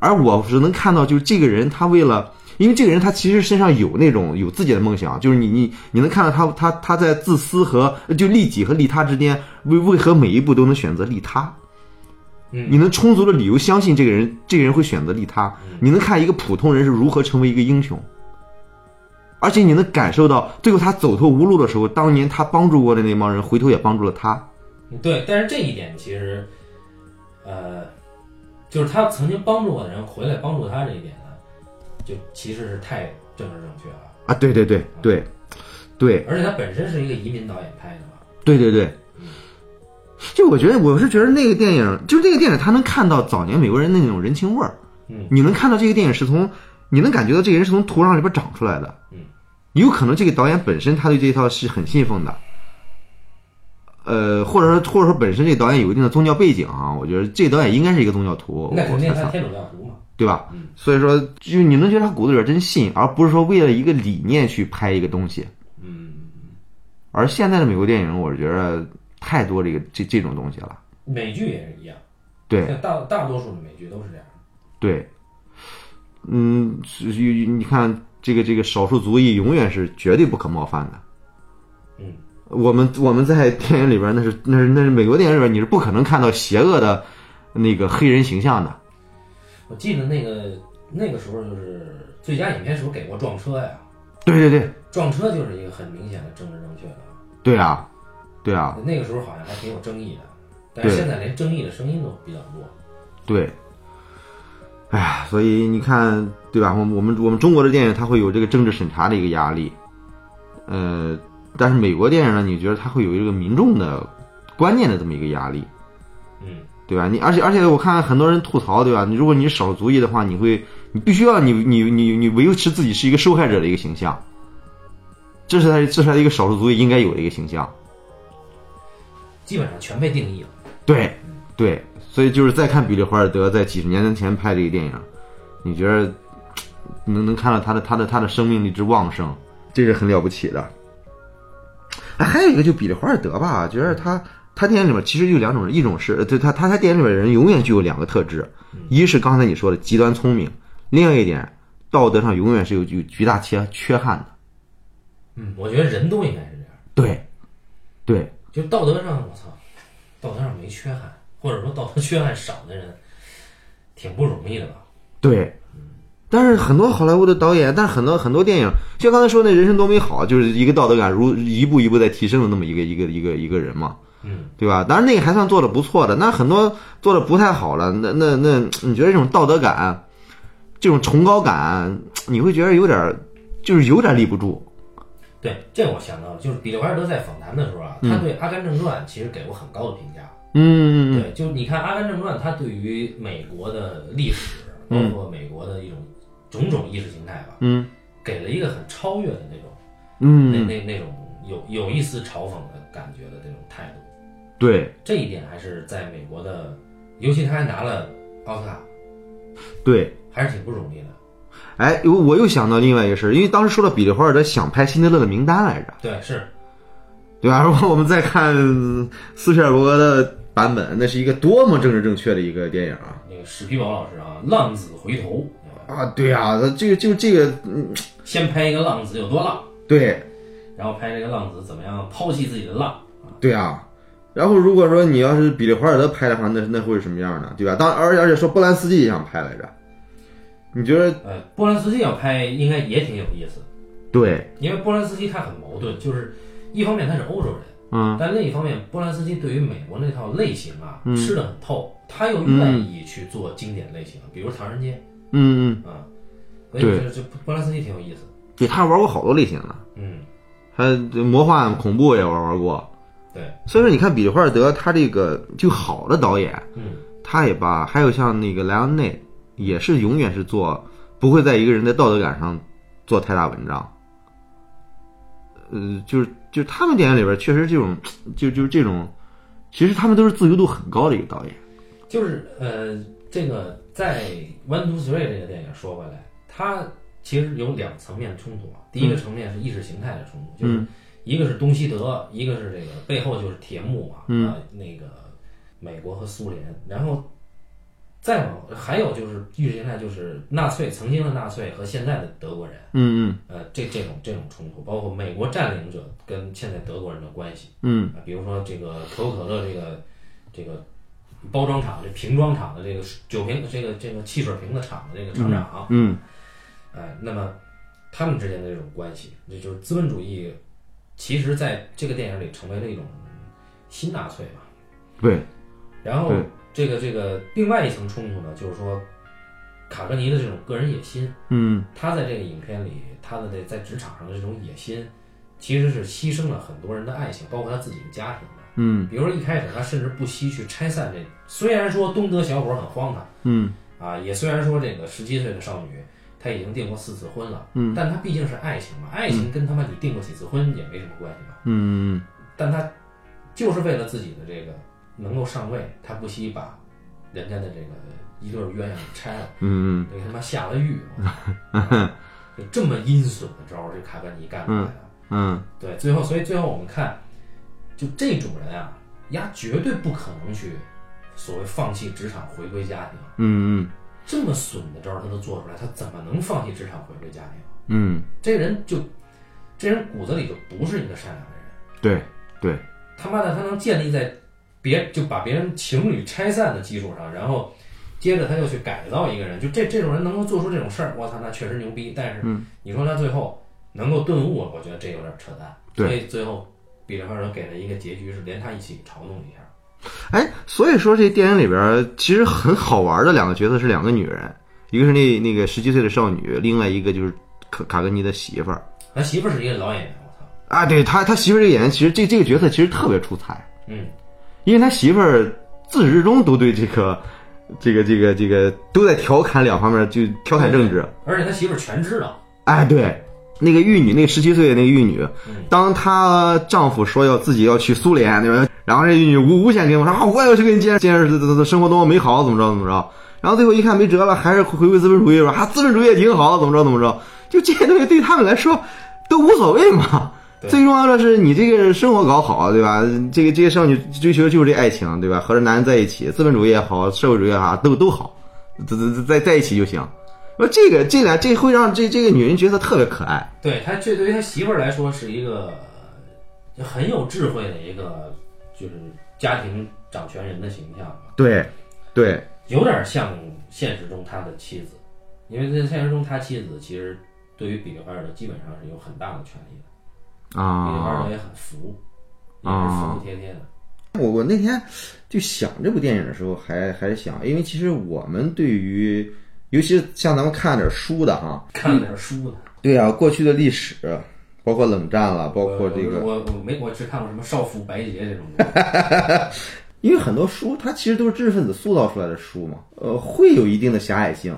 而我只能看到，就是这个人他为了，因为这个人他其实身上有那种有自己的梦想，就是你你你能看到他他他在自私和就利己和利他之间，为为何每一步都能选择利他？
嗯
你能充足的理由相信这个人，这个人会选择利他。你能看一个普通人是如何成为一个英雄，而且你能感受到最后他走投无路的时候，当年他帮助过的那帮人回头也帮助了他。
嗯对，但是这一点其实，呃，就是他曾经帮助过的人回来帮助他这一点呢，就其实是太政治正确了。
啊，对对对对，对，
而且他本身是一个移民导演拍的嘛，
对对对，就我觉得我是觉得那个电影，就是那个电影，他能看到早年美国人那种人情味儿。
嗯，
你能看到这个电影是从，你能感觉到这个人是从土壤里边长出来的。
嗯，
有可能这个导演本身他对这一套是很信奉的，呃，或者说或者说本身这个导演有一定的宗教背景啊，我觉得这个导演应该是一个宗教徒，我
那肯定
猜
他
测，
天主教徒嘛。
对吧
嗯？
所以说，就你能觉得他骨子里边真信，而不是说为了一个理念去拍一个东西。
嗯，
而现在的美国电影，我觉得太多这个这这种东西了。
美剧也是一样，
对
大大多数的美剧都是这样的。
对，嗯，是你你看这个这个少数族裔永远是绝对不可冒犯的。
嗯，
我们我们在电影里边那是那是那是美国电影里边你是不可能看到邪恶的那个黑人形象的。
我记得那个那个时候就是最佳影片是不是给过《撞车》呀？
对对对
《撞车》就是一个很明显的政治正确的嘛。
对啊，对啊，
那个时候好像还挺有争议的，但是
对
现在连争议的声音都比较多。
对。哎呀，所以你看，对吧？我们我们我们中国的电影它会有这个政治审查的一个压力，呃，但是美国电影呢，你觉得它会有一个民众的观念的这么一个压力，
嗯，
对吧？你而且而且我看很多人吐槽，对吧？你如果你是少数族裔的话，你会你必须要你你你你维持自己是一个受害者的一个形象，这是他这是他一个少数族裔应该有的一个形象。
基本上全被定义了。
对，对，所以就是再看比利华尔德在几十年前拍这个电影，你觉得能能看到他的他的他的生命力之旺盛，这是很了不起的。哎，还有一个就比利华尔德吧，觉得他他电影里面其实有两种人，一种是呃对他他他电影里面人永远具有两个特质，一是刚才你说的极端聪明，另外一点道德上永远是有有巨大缺缺憾的。
嗯，我觉得人都应该是这样，
对，对，
就道德上，我操，道德上没缺憾，或者说道德缺憾少的人，挺不容易的吧？
对，但是很多好莱坞的导演，但是很多很多电影，就刚才说那《人生多美好》，就是一个道德感如一步一步在提升的那么一个一个一个一个人嘛，
嗯，
对吧？当然那个还算做的不错的，那很多做的不太好了，那那那你觉得这种道德感，这种崇高感，你会觉得有点儿，就是有点儿立不住。
对，这我想到了，就是比利怀尔德在访谈的时候啊，他对《阿甘正传》其实给过很高的评价。
嗯嗯嗯嗯，
对，就你看《阿甘正传》，他对于美国的历史，包括美国的一种种种意识形态吧，
嗯，
给了一个很超越的那种，
嗯
那那那种有有一丝嘲讽的感觉的那种态度。
对
这一点还是在美国的，尤其他还拿了奥斯卡，
对
还是挺不容易的。
哎，我我又想到另外一个事儿，因为当时说到比利华尔德想拍《辛德勒的名单》来着，
对，是
对吧？然 [LAUGHS] 后我们再看斯皮尔伯格的版本，那是一个多么政治正确的一个电影啊！
那个史皮堡老师啊，浪子回头，
啊，对啊，这个就这个，
先拍一个浪子有多浪，
对
然后拍这个浪子怎么样抛弃自己的浪，
对啊。然后如果说你要是比利华尔德拍的话，那那会是什么样呢？对吧？当而而且说波兰斯基也想拍来着，你觉得
呃，波兰斯基要拍应该也挺有意思的，
对？
因为波兰斯基他很矛盾，就是一方面他是欧洲人，
嗯，
但另一方面波兰斯基对于美国那套类型啊、吃的很透，他又愿意去做经典类型，比如《唐人街》
嗯嗯，
啊，所以
对
这这波兰斯基挺有意思的，
对他玩过好多类型的，
嗯，
他魔幻恐怖也玩玩过。
对，
所以说，你看比利华尔德他这个就好的导演，
嗯，
他也吧，还有像那个莱昂内，也是永远是做不会在一个人的道德感上做太大文章。呃，就是就是他们电影里边确实这种，就就是这种，其实他们都是自由度很高的一个导演。
就是呃，这个在《One Two Three》这个电影说回来，它其实有两层面冲突啊。第一个层面是意识形态的冲突，就是一个是东西德，一个是这个背后就是铁幕啊，啊那个美国和苏联，然后。再往还有就是意识形态，就是纳粹曾经的纳粹和现在的德国人，
嗯
呃，这这种这种冲突，包括美国占领者跟现在德国人的关系，
嗯
啊，比如说这个可口可乐这个这个包装厂、这瓶装厂的这个酒瓶、这个这个汽水瓶子厂的这个厂长，
嗯
哎，那么他们之间的这种关系，这就是资本主义，其实在这个电影里成为了一种新纳粹吧。
嗯，对，
然后
对
这个这个另外一层冲突呢，就是说卡格尼的这种个人野心，
嗯
他在这个影片里，他的这在职场上的这种野心，其实是牺牲了很多人的爱情，包括他自己的家庭的。
嗯
比如说一开始，他甚至不惜去拆散这，虽然说东德小伙很荒唐
嗯
啊，也虽然说这个十七岁的少女她已经订过四次婚了，
嗯
但她毕竟是爱情嘛，爱情跟他妈你订过几次婚也没什么关系吧。
嗯
但她就是为了自己的这个能够上位，她不惜把人家的这个一对鸳鸯给拆了。
嗯
给他妈下了狱，
[LAUGHS]
我就这么阴损的招儿，这卡甘尼干出来的。
嗯
对，最后，所以最后我们看，就这种人啊，丫绝对不可能去所谓放弃职场回归家庭，
嗯
这么损的招儿他都做出来，他怎么能放弃职场回归家庭？
嗯，
这人就，这人骨子里就不是一个善良的人。
对对，
他妈的，他能建立在别就把别人情侣拆散的基础上，然后接着他又去改造一个人，就这这种人能够做出这种事儿，我操，那确实牛逼。但是你说他最后能够顿悟，我觉得这有点扯淡。
对
所以最后比利华尔德给了一个结局是连他一起嘲弄一下。
哎，所以说这电影里边儿其实很好玩的两个角色是两个女人，一个是那那个十七岁的少女，另外一个就是卡卡格尼的媳妇儿
他媳妇儿是一个老演员，我操，
啊。对他，他媳妇儿这个演员其实这这个角色其实特别出彩，
嗯，
因为他媳妇儿自始至终都对这个这个这个这个都在调侃两方面，就调侃政治。
而且他媳妇儿全知道，
哎，对，那个玉女，那十七岁的那个玉女
嗯，
当她丈夫说要自己要去苏联，对吧？然后这玉女无无限跟我说啊，我也要去跟你见识见识这这生活多么美好，怎么着怎么着。然后最后一看没辙了，还是回归资本主义，说啊，资本主义也挺好，怎么着怎么着。就这些东西对他们来说都无所谓嘛。
对
最重要的是你这个生活搞好，对吧？这个这些少女追求的就是这爱情，对吧？和这男人在一起，资本主义也好，社会主义也好，都都好，在在在一起就行。说这个这俩这会让这这个女人角色特别可爱。
对他这对于他媳妇儿来说是一个呃很有智慧的一个就是家庭掌权人的形象吧。
对，对，
有点像现实中他的妻子，因为在现实中他妻子其实对于比利怀尔德基本上是有很大的权利的，比利怀尔
啊
德，也很服，也是服服帖帖的。
我我那天就想这部电影的时候还，还想，因为其实我们对于，尤其是像咱们看点书的哈，
看了点书呢，
对啊，过去的历史，包括冷战了，包括这个，
我我我没我只看过什么《少妇白洁》这种东西。
因为很多书它其实都是知识分子塑造出来的书嘛，呃，会有一定的狭隘性。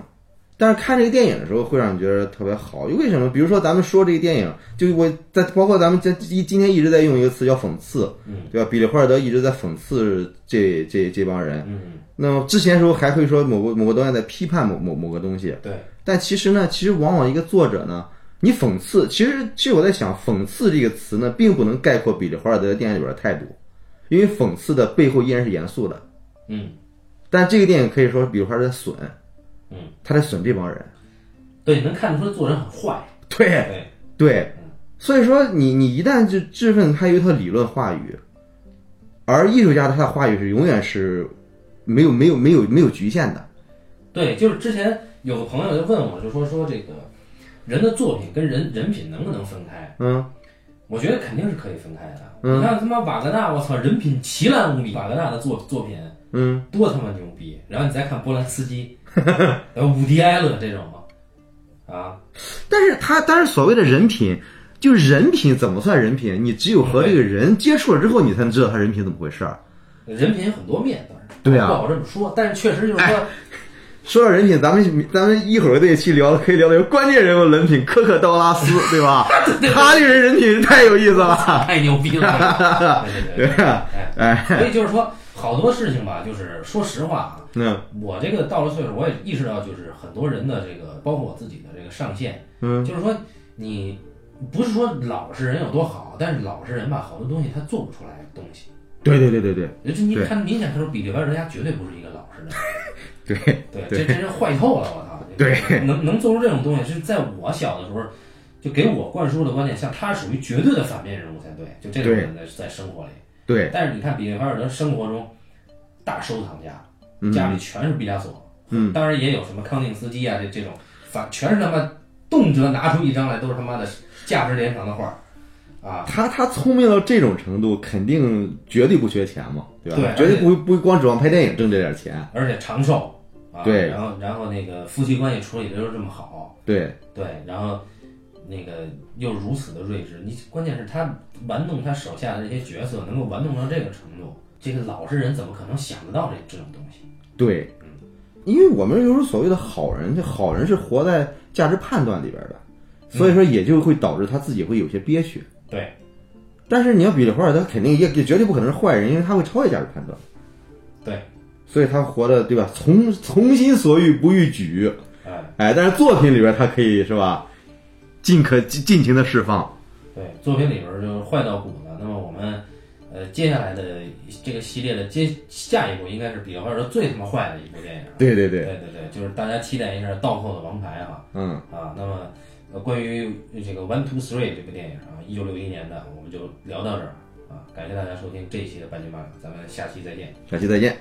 但是看这个电影的时候，会让你觉得特别好。为什么？比如说咱们说这个电影，就我在包括咱们今一今天一直在用一个词叫讽刺，
嗯
对吧？比利华尔德一直在讽刺这这这帮人。
嗯，
那么之前的时候还会说某个某个导演在批判某某某个东西，
[LAUGHS] 对，
但其实呢，其实往往一个作者呢，你讽刺，其实其实我在想，讽刺这个词呢，并不能概括比利华尔德的电影里边的态度，因为讽刺的背后依然是严肃的。
嗯
但这个电影可以说，比利华尔德在损，
嗯，
他在损这帮人。
对，能看出做人很坏，
对
对，
对，所以说你你一旦就质问他有一套理论话语，而艺术家他的话语是永远是没有没有没有没有局限的。
对，就是之前有个朋友就问我，就说说这个人的作品跟人人品能不能分开？
嗯，
我觉得肯定是可以分开的。
嗯
你看他妈瓦格纳，我操，人品奇烂无比，瓦格纳的作作品
嗯，
多他妈牛逼！然后你再看波兰斯基， [LAUGHS] 然后伍迪·艾伦这种啊，
但是他但是所谓的人品，就是人品怎么算人品？你只有和这个人接触了之后，你才能知道他人品怎么回事儿。
人品有很多面，当然
对啊哎
不好这么说，但是确实就是说，
说到人品，咱们咱们一会儿这一期聊可以聊的关键人物人品，科克·道拉斯，对吧？他这个人人品太有意思了。
太牛逼
[LAUGHS]
了，对对对，哎，
哎，
所以就是说好多事情吧，就是说实话啊，
嗯
我这个到了岁数，我也意识到，就是很多人的这个，包括我自己的这个上限，
嗯，
就是说你不是说老实人有多好，但是老实人吧，好多东西他做不出来东西。
对对对对对
就是你
对
看明显看出比利怀人家绝对不是一个老实人，
对
对，
对
这这人坏透了，我操！
对，
能能做出这种东西，是在我小的时候就给我灌输的观念，像他属于绝对的反面人物才对，就这种人在在生活里。
对，
但是你看比利怀尔德生活中大收藏家，
嗯
家里全是毕加索，
嗯，
当然也有什么康定斯基啊，这这种，反全是他妈动辄拿出一张来都是他妈的价值连城的画儿啊，
他他聪明到这种程度，肯定绝对不缺钱嘛，对吧？
对
绝对不会不会光指望拍电影挣这点钱，
而且长寿啊，
对
然后然后那个夫妻关系处理的又这么好，
对
对，然后那个又如此的睿智，你关键是他玩弄他手下的这些角色，能够玩弄到这个程度，这个老实人怎么可能想得到这这种东西？
对，因为我们有时候所谓的好人，这好人是活在价值判断里边的，所以说也就会导致他自己会有些憋屈。
对，
但是你要比利华尔德，肯定也也绝对不可能是坏人，因为他会超越价值判断，
对，
所以他活的对吧？从从心所欲不逾矩，
哎，
哎，但是作品里边他可以是吧？尽可尽尽情的释放，
对，作品里边儿就是坏到骨了。那么我们。呃，接下来的这个系列的接下一部应该是比利怀尔德最他妈坏的一部电影。
对对对，
对对对，就是大家期待一下《倒扣的王牌》哈。
嗯。
啊，那么呃关于这个《One Two Three》这部电影啊，一九六一年的，我们就聊到这儿啊，感谢大家收听这一期的半斤八两，咱们下期再见。
下期再见。